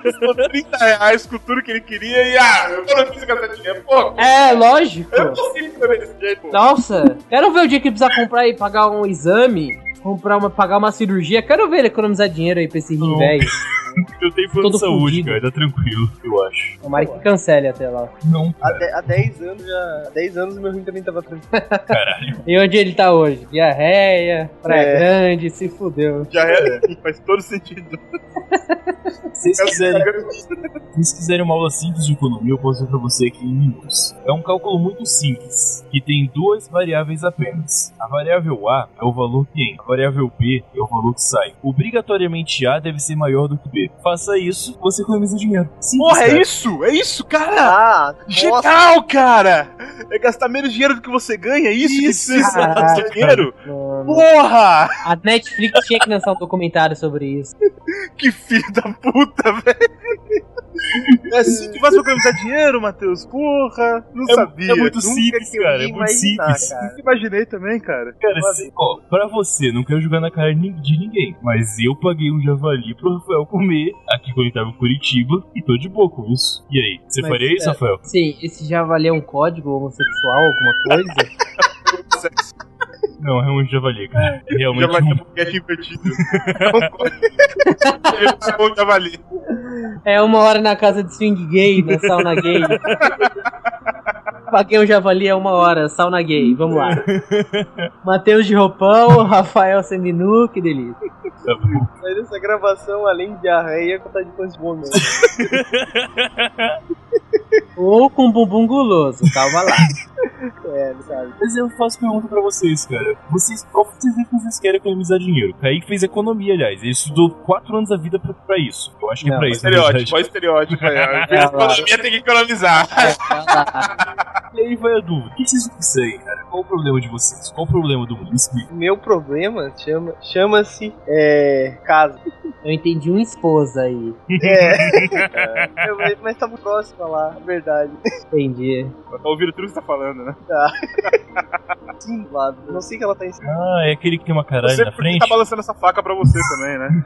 Speaker 1: Gastou 30 reais com tudo que ele queria e ah, eu não fiz gastar dinheiro. assim Porra,
Speaker 3: É, lógico.
Speaker 1: eu não consigo fazer esse jeito. pô.
Speaker 3: Nossa, quero ver o dia que ele precisar comprar e pagar um exame, comprar uma, pagar uma cirurgia. Quero ver ele economizar dinheiro aí pra esse rim
Speaker 2: Não.
Speaker 3: velho.
Speaker 2: Eu tenho plano
Speaker 3: Todo
Speaker 2: de saúde,
Speaker 3: fudido.
Speaker 2: cara. Tá tranquilo, eu acho.
Speaker 3: Tomara que cancele até lá.
Speaker 2: Não,
Speaker 5: Há, de, há 10 anos já. Há 10 anos meu rim também tava tranquilo.
Speaker 3: E onde ele tá hoje? Diarreia, Praia
Speaker 5: É.
Speaker 3: Grande, se fudeu.
Speaker 1: Já é, faz todo sentido.
Speaker 2: se vocês quiserem,
Speaker 1: Cara,
Speaker 2: se vocês quiserem uma aula simples de economia, eu posso ver pra você aqui em minutos. É um cálculo muito simples, que tem duas variáveis apenas. A variável A é o valor que entra, a variável B é o valor que sai. Obrigatoriamente A deve ser maior do que B. Faça isso, você economiza dinheiro. Simples,
Speaker 1: Porra,
Speaker 2: cara.
Speaker 1: é isso? É isso, cara!
Speaker 5: Ah, nossa,
Speaker 1: Genial, cara! É gastar menos dinheiro do que você ganha, é isso?
Speaker 2: Isso,
Speaker 1: que precisa
Speaker 3: caraca,
Speaker 1: gastar
Speaker 2: cara.
Speaker 1: dinheiro?
Speaker 3: Mano,
Speaker 1: Porra!
Speaker 3: A Netflix tinha que lançar um documentário sobre isso.
Speaker 1: Que filho da puta, velho! É assim que vai economizar dinheiro, Matheus? Porra! Não
Speaker 2: É-
Speaker 1: sabia.
Speaker 2: É muito
Speaker 1: Nunca
Speaker 2: simples,
Speaker 1: que eu
Speaker 2: cara. É
Speaker 5: ia
Speaker 2: muito
Speaker 5: imaginar,
Speaker 2: simples.
Speaker 5: cara.
Speaker 1: imaginei também, cara.
Speaker 2: Cara, se, ó, pra você, não quero jogar na cara ni- de ninguém, mas eu paguei um javali pro Rafael comer aqui quando ele tava em Curitiba e tô de boa com isso. E aí, você
Speaker 3: Mas,
Speaker 2: faria isso,
Speaker 3: é,
Speaker 2: Rafael?
Speaker 3: Sim, esse javali é um código homossexual, alguma coisa?
Speaker 2: Não, é um javali, cara. É realmente
Speaker 1: Já vai ter um
Speaker 2: um...
Speaker 1: podcast invertido. Eu tava ali.
Speaker 3: É uma hora na casa de swing gay, na sauna gay. Paguei um javali é uma hora, sauna gay, vamos lá. Matheus de roupão, Rafael seminu, que delícia.
Speaker 2: Tá bom.
Speaker 5: mas essa gravação, além de arreia, é contar de coisas boas mesmo.
Speaker 3: Ou com um bumbum guloso, calma lá.
Speaker 5: É, sabe?
Speaker 2: Mas eu faço pergunta pra vocês, cara. Vocês, qual vocês acham que vocês querem economizar dinheiro? Kaique fez economia, aliás. Ele estudou 4 anos da vida pra, pra isso. Eu acho que é
Speaker 3: Não,
Speaker 2: pra isso, na
Speaker 1: Estereótipo, olha o
Speaker 2: verdade.
Speaker 1: estereótipo. aí, ó.
Speaker 3: É,
Speaker 1: Economia tem que economizar.
Speaker 2: É, E aí vai a dúvida. O que vocês conseguem, cara? Qual o problema de vocês? Qual o problema do mundo? Me explica.
Speaker 5: Meu problema chama- chama-se é, casa.
Speaker 3: Eu entendi uma esposa aí.
Speaker 5: É, mas- mas tava próximo lá, a verdade.
Speaker 3: Entendi.
Speaker 1: Tá ouvindo tudo que você tá falando, né?
Speaker 5: Sim, lado. Não sei que ela tá em cima.
Speaker 2: Ah, é aquele que tem uma caralho
Speaker 1: Você
Speaker 2: na
Speaker 1: porque
Speaker 2: frente?
Speaker 1: tá balançando essa faca pra você também, né?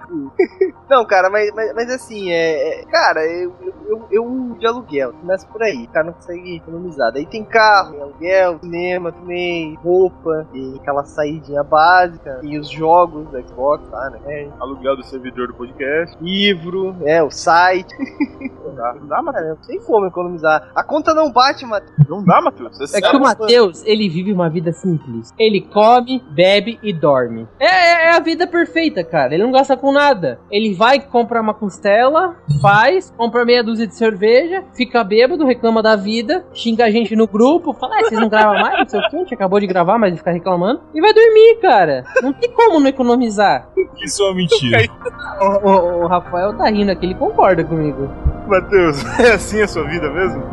Speaker 5: Não, cara, mas, mas, mas assim, é. é- Cara, eu, eu, eu de aluguel, começa por aí. O cara não consegue economizar. Daí tem carro, tem aluguel, cinema também, roupa, e aquela saidinha básica, e os jogos do Xbox lá, né?
Speaker 1: Aluguel do servidor do podcast.
Speaker 5: Livro, é, o site.
Speaker 1: Não dá, não dá, Matheus.
Speaker 5: Cara, não tem como economizar. A conta não bate, Matheus.
Speaker 1: Não dá, Matheus. Você
Speaker 3: É
Speaker 1: sabe.
Speaker 3: que o Matheus, ele vive uma vida simples. Ele come, bebe e dorme. É, é- é a vida perfeita, cara. Ele não gasta com nada. Ele vai comprar uma costela, faz, compra meia dúzia de cerveja, fica bêbado, reclama da vida, xinga a gente no grupo, fala, ah, vocês não gravam mais, não sei o que, a gente acabou de gravar, mas ele fica reclamando. E vai dormir, cara. Não tem como não economizar.
Speaker 2: Isso é uma mentira.
Speaker 3: O, o- o Rafael tá rindo aqui, ele concorda comigo.
Speaker 1: Matheus, é assim a sua vida mesmo?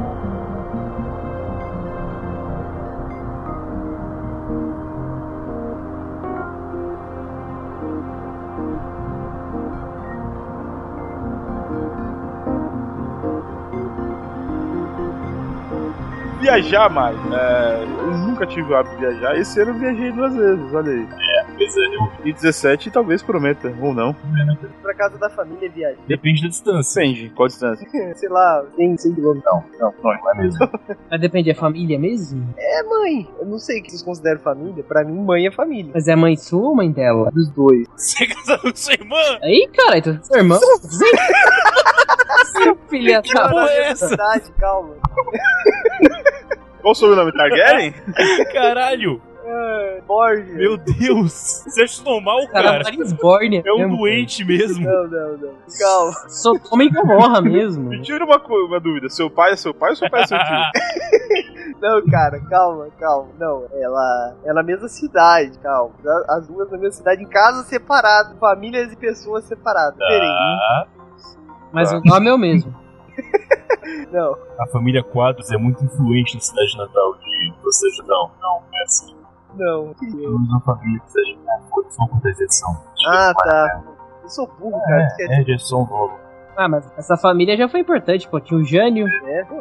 Speaker 1: Viajar mais. É, eu nunca tive o hábito de viajar. Esse ano eu viajei duas vezes, olha aí.
Speaker 2: Pois é, eu-
Speaker 1: E 17 talvez prometa, ou não.
Speaker 5: Pra casa da família viaja.
Speaker 2: depende da distância.
Speaker 1: Depende, qual a distância.
Speaker 5: Sei lá, tem 100 quilômetros.
Speaker 2: Não, não é mesmo.
Speaker 3: Mas depende, é família mesmo?
Speaker 5: É mãe. Eu não sei o que vocês consideram família. Pra mim, mãe é família.
Speaker 3: Mas é mãe sua ou mãe dela?
Speaker 5: Dos dois.
Speaker 2: Você é casado com sua irmã?
Speaker 3: Aí, cara, então, seu irmão? Seu filho da
Speaker 2: porra é
Speaker 5: é
Speaker 2: essa?
Speaker 5: verdade, calma.
Speaker 1: Qual o sobrenome? Targaryen?
Speaker 2: Caralho!
Speaker 5: É, Borges.
Speaker 2: Meu Deus! Você acha isso normal,
Speaker 3: Cara,
Speaker 2: cara?
Speaker 3: é um Marisborne.
Speaker 2: É um doente mesmo.
Speaker 5: Não, não, não. Calma.
Speaker 3: Sotoma e Gomorra mesmo.
Speaker 1: Me tira uma, co- uma dúvida. Seu pai é seu pai ou seu pai é seu tio?
Speaker 5: Não, cara, calma, calma. Não, ela é na mesma cidade, calma. A- As duas na mesma cidade, em casa separado, famílias e pessoas separadas. Diferente.
Speaker 2: Ah, Tá.
Speaker 3: Mas o nome é o mesmo.
Speaker 5: Não.
Speaker 2: a família Quadros é muito influente na cidade de natal de vocês. Não, não, é assim.
Speaker 5: Não.
Speaker 2: Temos uma família que seja Quadros só com exceção.
Speaker 5: Ah, tá. Eu sou burro, cara. Isso quer dizer,
Speaker 2: É, já é só um nome.
Speaker 3: Ah, mas essa família já foi importante, pô. Tinha o Jânio.
Speaker 5: né? Pô,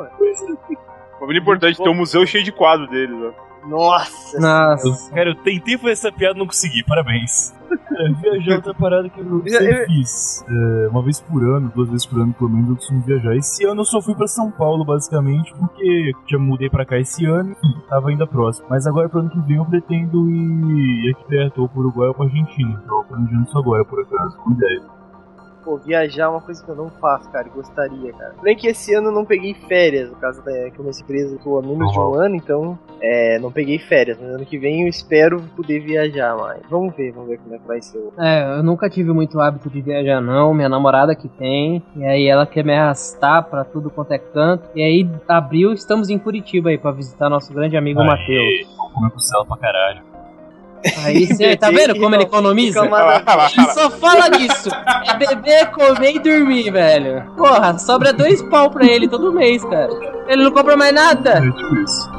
Speaker 1: Família importante, tem um museu cheio de quadro dele. Né?
Speaker 5: Nossa.
Speaker 3: Nossa.
Speaker 2: Cara, eu tentei fazer essa piada e não consegui, parabéns. Cara, viajar é outra parada que eu sempre fiz. É, uma vez por ano, duas vezes por ano, pelo menos, eu costumo viajar. Esse ano eu só fui pra São Paulo, basicamente, porque já mudei pra cá esse ano e tava ainda próximo. Mas agora, pro ano que vem, eu pretendo ir aqui perto, ou pro Uruguai ou pra Argentina. Então, eu tô planejando isso agora, por acaso, com ideia.
Speaker 5: Pô, viajar é uma coisa que eu não faço, cara. e Gostaria, cara. Porém que esse ano eu não peguei férias, no caso da, que eu me empresa eu tô há menos
Speaker 2: Uhum.
Speaker 5: de um ano, então é, não peguei férias. Mas ano que vem eu espero poder viajar mais. Vamos ver, vamos ver como é que vai ser.
Speaker 3: É, eu nunca tive muito hábito de viajar, não. Minha namorada que tem, e aí ela quer me arrastar pra tudo quanto é canto. E aí, abril, estamos em Curitiba aí pra visitar nosso grande amigo Matheus.
Speaker 2: Aí, vou comer costela pra caralho.
Speaker 3: Aí você tá
Speaker 5: Beber
Speaker 3: vendo
Speaker 5: e
Speaker 3: como ele
Speaker 5: não,
Speaker 3: economiza?
Speaker 5: fica
Speaker 1: Ah,
Speaker 5: uma-
Speaker 3: Ele só fala disso. É beber, comer e dormir, velho. Porra, sobra dois pau pra ele todo mês, cara. Ele não compra mais nada.
Speaker 2: É tipo isso.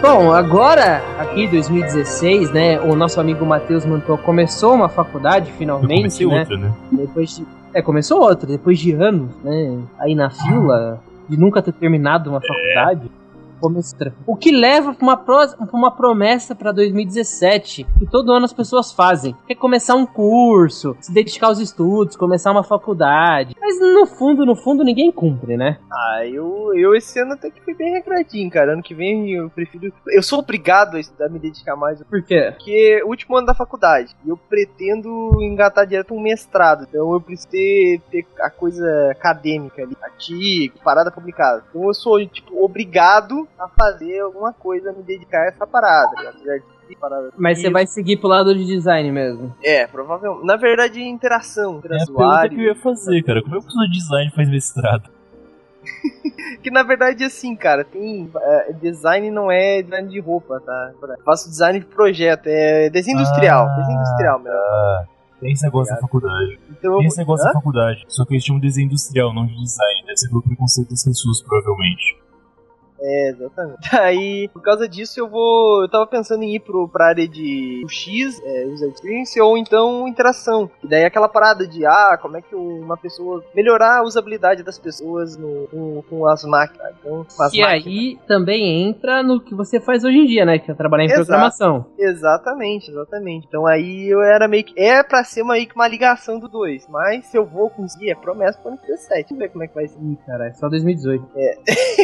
Speaker 3: Bom, agora, aqui 2016, né? O nosso amigo Matheus Mantou começou uma faculdade
Speaker 2: Eu
Speaker 3: finalmente,
Speaker 2: comecei
Speaker 3: né?
Speaker 2: outra, né?
Speaker 3: Depois de. É, começou outra, depois de anos, né? Aí na fila, de nunca ter terminado uma faculdade. começa outra. O que leva pra uma, pró- pra uma promessa pra 2017, que todo ano as pessoas fazem. Que é começar um curso, se dedicar aos estudos, começar uma faculdade. Mas no fundo, no fundo, ninguém cumpre, né?
Speaker 5: Ah, eu, eu esse ano até que fui bem regradinho, cara. Ano que vem eu prefiro. Eu sou obrigado a estudar, me dedicar mais.
Speaker 3: Por quê?
Speaker 5: Porque é o último ano da faculdade. E eu pretendo engatar direto um mestrado. Então eu preciso ter, ter a coisa acadêmica ali, artigo, parada publicada. Então eu sou, tipo, obrigado a fazer alguma coisa, a me dedicar a essa parada. tá ligado? Apesar de que parada.
Speaker 3: Mas você
Speaker 5: Isso.
Speaker 3: vai seguir pro lado de design mesmo.
Speaker 5: É, provavelmente. Na verdade, é interação.
Speaker 2: É a
Speaker 5: Interação
Speaker 2: pergunta que eu ia fazer, cara. Como é que o pessoal de design faz mestrado?
Speaker 5: Que na verdade, assim, cara, tem. eh, design não é design de roupa, tá? Eu faço design de projeto, é desenho industrial.
Speaker 2: Ah,
Speaker 5: desenho industrial, meu.
Speaker 2: Ah, tem esse negócio da faculdade.
Speaker 5: Então,
Speaker 2: Tem esse negócio
Speaker 5: Hã?
Speaker 2: da faculdade. Só que eles tinham um desenho industrial, não de design. né? Deve ser pelo preconceito um das pessoas, provavelmente.
Speaker 5: É, exatamente. Aí, por causa disso, eu vou. Eu tava pensando em ir pro, pra área de UX, é, User Experience, ou então interação. E daí aquela parada de, ah, como é que uma pessoa. melhorar a usabilidade das pessoas no, com, com as máquinas. Então, com as
Speaker 3: E
Speaker 5: máquinas.
Speaker 3: aí também entra no que você faz hoje em dia, né? Que é trabalhar em
Speaker 5: Exato.
Speaker 3: programação.
Speaker 5: Exatamente, exatamente. Então aí eu era meio que. É pra ser meio que uma ligação do dois. Mas se eu vou conseguir, é promessa pro ano 17. Vamos ver como é que vai ser.
Speaker 3: Ih, cara, é só 2018.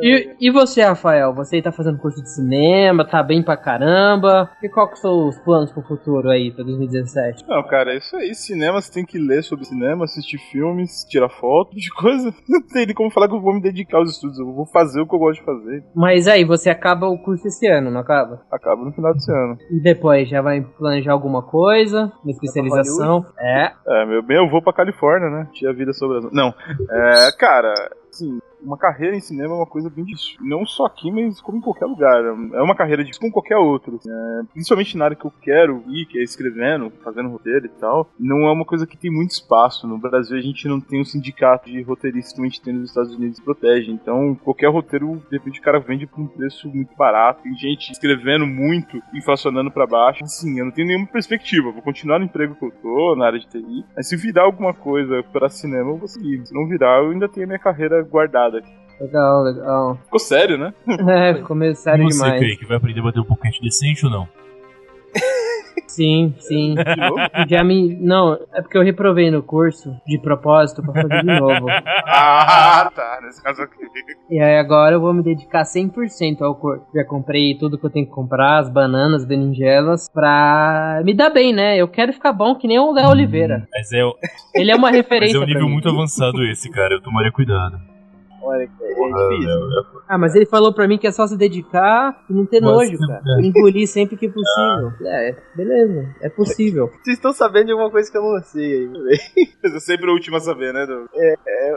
Speaker 3: E, e você, Rafael? Você tá fazendo curso de cinema, tá bem pra caramba. E qual que são os planos pro futuro aí, pra 2017?
Speaker 1: Não, cara, é isso aí. Cinema, você tem que ler sobre cinema, assistir filmes, tirar foto, de coisa. Não tem nem como falar que eu vou me dedicar aos estudos. Eu vou fazer o que eu gosto de fazer.
Speaker 3: Mas aí, você acaba o curso esse ano, não acaba?
Speaker 1: Acaba no final desse ano.
Speaker 3: E depois, já vai planejar alguma coisa? Uma especialização? É.
Speaker 1: É, meu bem, eu vou pra Califórnia, né? Tinha vida sobre as... Não. É, cara, assim, uma carreira em cinema é uma coisa bem difícil. Não só aqui, mas como em qualquer lugar. É uma carreira difícil como qualquer outra. assim. É, principalmente na área que eu quero ir, que é escrevendo, fazendo roteiro e tal, não é uma coisa que tem muito espaço. No Brasil, a gente não tem um sindicato de roteiristas como a gente tem nos Estados Unidos que protege. Então, qualquer roteiro, de repente, o cara vende por um preço muito barato. Tem gente escrevendo muito, inflacionando pra baixo. Assim, eu não tenho nenhuma perspectiva. Vou continuar no emprego que eu tô, na área de TI. Mas se virar alguma coisa pra cinema, eu vou seguir. Se não virar, eu ainda tenho a minha carreira guardada.
Speaker 3: É? Legal, legal.
Speaker 1: Ficou sério, né?
Speaker 3: É, ficou meio sério
Speaker 2: e você,
Speaker 3: demais.
Speaker 2: Kaique, vai aprender a bater um boquete decente ou não?
Speaker 3: Sim, sim.
Speaker 1: De novo?
Speaker 3: Já me. Não, é porque eu reprovei no curso de propósito pra fazer de novo.
Speaker 1: ah, tá. Nesse caso aqui.
Speaker 3: E aí agora eu vou me dedicar 100% ao corpo. Já comprei tudo que eu tenho que comprar, as bananas, berinjelas, pra me dar bem, né? Eu quero ficar bom que nem o Léo Oliveira.
Speaker 2: Mas é,
Speaker 3: Ele é uma
Speaker 2: mas
Speaker 3: referência
Speaker 2: é um
Speaker 3: pra
Speaker 2: nível
Speaker 3: mim.
Speaker 2: muito avançado esse, cara. Eu tomaria cuidado.
Speaker 5: Olha, é, é difícil.
Speaker 3: Ah, mas ele falou pra mim que é só se dedicar e não ter
Speaker 2: Mas-
Speaker 3: nojo, cara.
Speaker 2: é.
Speaker 3: Engolir sempre que possível. É, beleza. É possível.
Speaker 5: Vocês estão sabendo de alguma coisa que eu não sei aí.
Speaker 1: Mas é sempre o último a saber, né, Doug?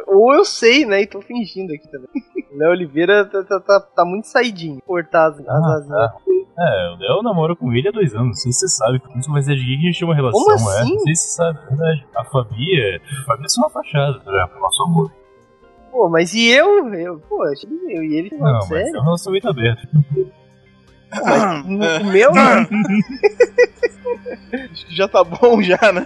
Speaker 5: Ou eu sei, né? E tô fingindo aqui também. O Léo Oliveira tá, tá, tá- tá muito saidinho. Cortar as, as
Speaker 2: Ah,
Speaker 5: asinhas.
Speaker 2: É, o Léo namora com ele há dois anos. Não sei se você sabe. Como você vai ser de que a gente tem uma relação,
Speaker 5: Como
Speaker 2: é?
Speaker 5: assim?
Speaker 2: Não sei se você sabe, é verdade. A Fabi é, a Fabi é só uma fachada, né? Pro nosso amor.
Speaker 5: Pô, mas e eu? eu pô, eu achei eu e ele falando
Speaker 2: Não, mas
Speaker 5: sério.
Speaker 2: é um relacionamento aberto.
Speaker 5: O meu?
Speaker 1: Acho que já tá bom já, né?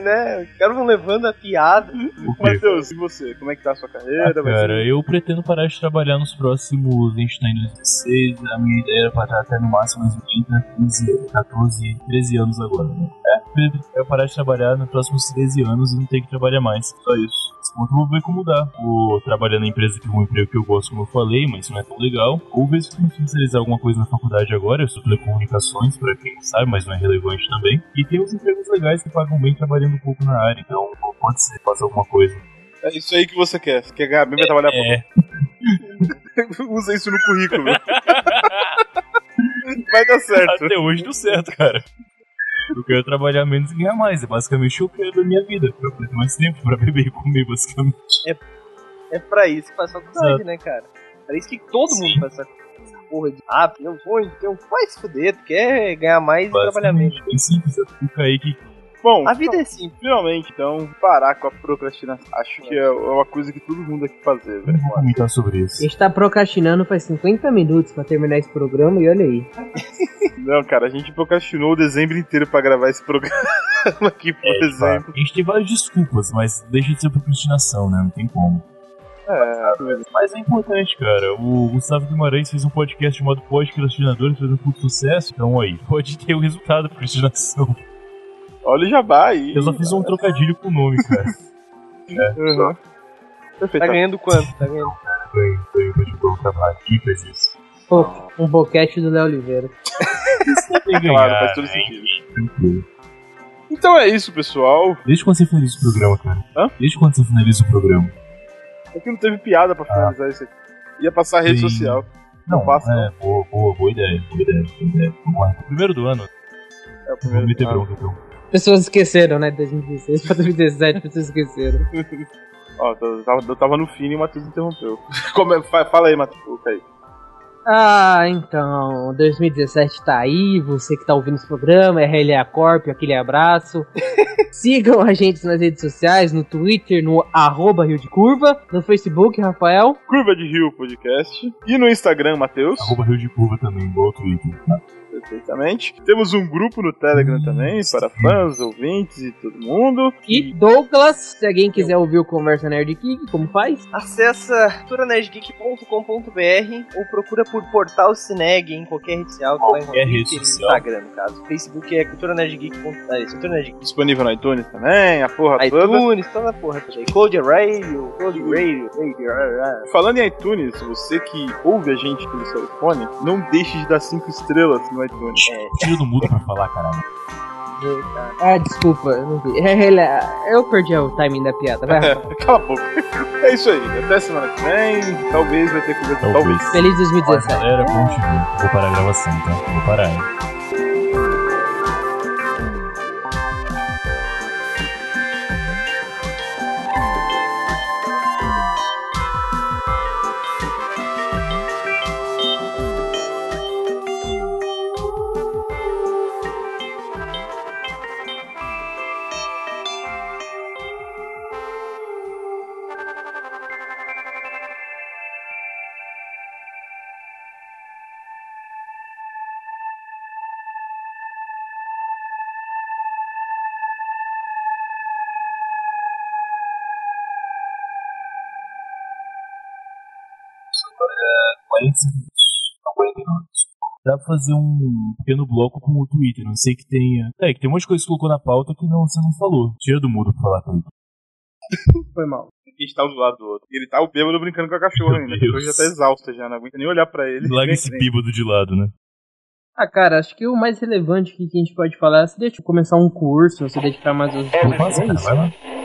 Speaker 5: né? Os caras vão levando a piada.
Speaker 2: O quê?
Speaker 1: Matheus, e você? Como é que tá a sua carreira?
Speaker 2: Ah, cara, eu pretendo parar de trabalhar nos próximos. A gente tá em 2016, a minha ideia era parar até no máximo uns 30, 15, 14, 13 anos agora, né? É, eu parar de trabalhar nos próximos 13 anos e não ter que trabalhar mais. Só isso. Enquanto eu vou ver como dá. Vou trabalhar na empresa que é um emprego que eu gosto, como eu falei, mas isso não é tão legal. Ou ver se eu consigo realizar alguma coisa na faculdade agora. Eu sou telecomunicações, pra quem não sabe, mas não é relevante também. E tem uns empregos legais que pagam bem trabalhando um pouco na área. Então pode ser, faça alguma coisa.
Speaker 1: É isso aí que você quer. Você quer ganhar bem pra trabalhar
Speaker 2: É,
Speaker 1: pouco. Usa isso no currículo. Vai dar certo.
Speaker 2: até hoje deu certo, cara. Eu quero trabalhar menos e ganhar mais. É basicamente o que eu quero da minha vida. Pra poder ter mais tempo pra beber e comer, basicamente.
Speaker 5: É pra isso que faz faculdade,
Speaker 2: Exato.
Speaker 5: né, cara? Pra isso que todo
Speaker 2: Sim.
Speaker 5: mundo faz essa essa porra de ah, tem um sonho, tem um. Vai se fuder, tu quer ganhar mais e trabalhar menos.
Speaker 2: Basicamente, Bem simples. O Kaique
Speaker 1: Bom,
Speaker 5: A vida é simples.
Speaker 1: finalmente, então, parar com a procrastinação. Acho que é uma coisa que todo mundo aqui fazer, velho.
Speaker 2: vai comentar sobre
Speaker 3: A
Speaker 2: isso.
Speaker 3: gente tá procrastinando faz 50 minutos pra terminar esse programa e olha aí.
Speaker 1: Não, cara, a gente procrastinou o dezembro inteiro pra gravar esse programa aqui, por
Speaker 2: É,
Speaker 1: exemplo.
Speaker 2: tá. A gente tem várias desculpas, mas deixa de ser procrastinação, né? Não tem como. Mas é importante, cara. O Gustavo Guimarães fez um podcast chamado Podcrastinadores, fez um puto sucesso. Então aí, pode ter o resultado da procrastinação.
Speaker 1: Olha o jabá aí.
Speaker 2: Eu só fiz um trocadilho com o nome, cara.
Speaker 1: Uhum. Perfeito.
Speaker 5: Tá ganhando quanto? Tá ganhando.
Speaker 2: Foi, foi, foi de colocar lá. Quem fez isso?
Speaker 3: Pô, um boquete do Léo Oliveira.
Speaker 2: Tem que
Speaker 1: Claro,
Speaker 2: ganhar,
Speaker 1: faz todo
Speaker 2: né?
Speaker 1: sentido.
Speaker 2: Tranquilo.
Speaker 1: Então é isso, pessoal.
Speaker 2: Desde quando você finaliza o programa, cara?
Speaker 1: Hã?
Speaker 2: Desde quando você finaliza o programa?
Speaker 1: Aqui É não teve piada pra finalizar isso aqui. Ia passar a rede
Speaker 2: Ah. Sim.
Speaker 1: social.
Speaker 2: Não,
Speaker 1: faço, né?
Speaker 2: é, boa, boa, boa ideia, boa ideia, boa ideia. Vamos lá. Primeiro do ano,
Speaker 1: É o
Speaker 2: vou meter
Speaker 1: Ah,
Speaker 2: bronca, então.
Speaker 3: Pessoas esqueceram, né? 2016 pra 2017, pessoas esqueceram.
Speaker 1: Ó, eu tava, eu tava no fim e o Matheus interrompeu. Como é- fa- fala aí, Matheus. Tá aí.
Speaker 3: Ah, então, 2017 tá aí, você que tá ouvindo esse programa, RLA Corp, aquele abraço. Sigam a gente nas redes sociais, no Twitter, no arroba Rio de Curva, no Facebook, Rafael.
Speaker 1: Curva de Rio Podcast. E no Instagram, Matheus.
Speaker 2: Arroba Rio de Curva também, igual o Twitter.
Speaker 1: Perfeitamente. Temos um grupo no Telegram também, para fãs, ouvintes e todo mundo.
Speaker 3: E Douglas, se alguém quiser ouvir o Conversa Nerd Geek, como faz?
Speaker 5: Acessa culturanerdgeek.com.br ou procura por Portal Cineg em qualquer rede social. Qualquer
Speaker 2: Qualquer rede social.
Speaker 5: Instagram, no caso. Facebook é culturanerdgeek.com. Ah, isso, culturanerdgeek.
Speaker 1: Disponível no iTunes também, a porra toda.
Speaker 5: iTunes, toda a porra. toda aí. Code Radio, Code Radio, Radio. ah, ah.
Speaker 1: Falando em iTunes, você que ouve a gente pelo seu iPhone, não deixe de dar 5 estrelas no iTunes.
Speaker 2: Tira do mudo pra falar, caralho.
Speaker 3: Ah, desculpa, eu não vi. RLA, eu perdi o timing da piada, vai. Rafael.
Speaker 1: Cala a boca. É isso aí. Até semana que vem. Talvez vai ter conversa.
Speaker 2: Talvez.
Speaker 3: Feliz
Speaker 2: Olha,
Speaker 3: 2017.
Speaker 2: Então, galera, bom te ver. Vou parar a gravação, tá? Vou parar, hein? Agora, 45 minutos. Não, 40 minutos. Dá pra fazer um pequeno bloco com o Twitter. Não sei que tenha. É, que tem um monte de coisa que colocou na pauta que não, você não falou. Tira do mudo pra falar, Kaique.
Speaker 3: Foi mal.
Speaker 1: A gente tá um do lado do outro. E ele tá o bêbado brincando com a cachorra
Speaker 2: Meu
Speaker 1: ainda. A
Speaker 2: Deus.
Speaker 1: cachorra já tá exausta, já não aguenta nem olhar pra ele.
Speaker 2: Larga
Speaker 1: Nem-
Speaker 2: esse bíbado de lado, né?
Speaker 3: Ah, cara, acho que o mais relevante que a gente pode falar é se deixa começar um curso, se dedicar mais aos
Speaker 2: Pô, passa, cara, vai lá.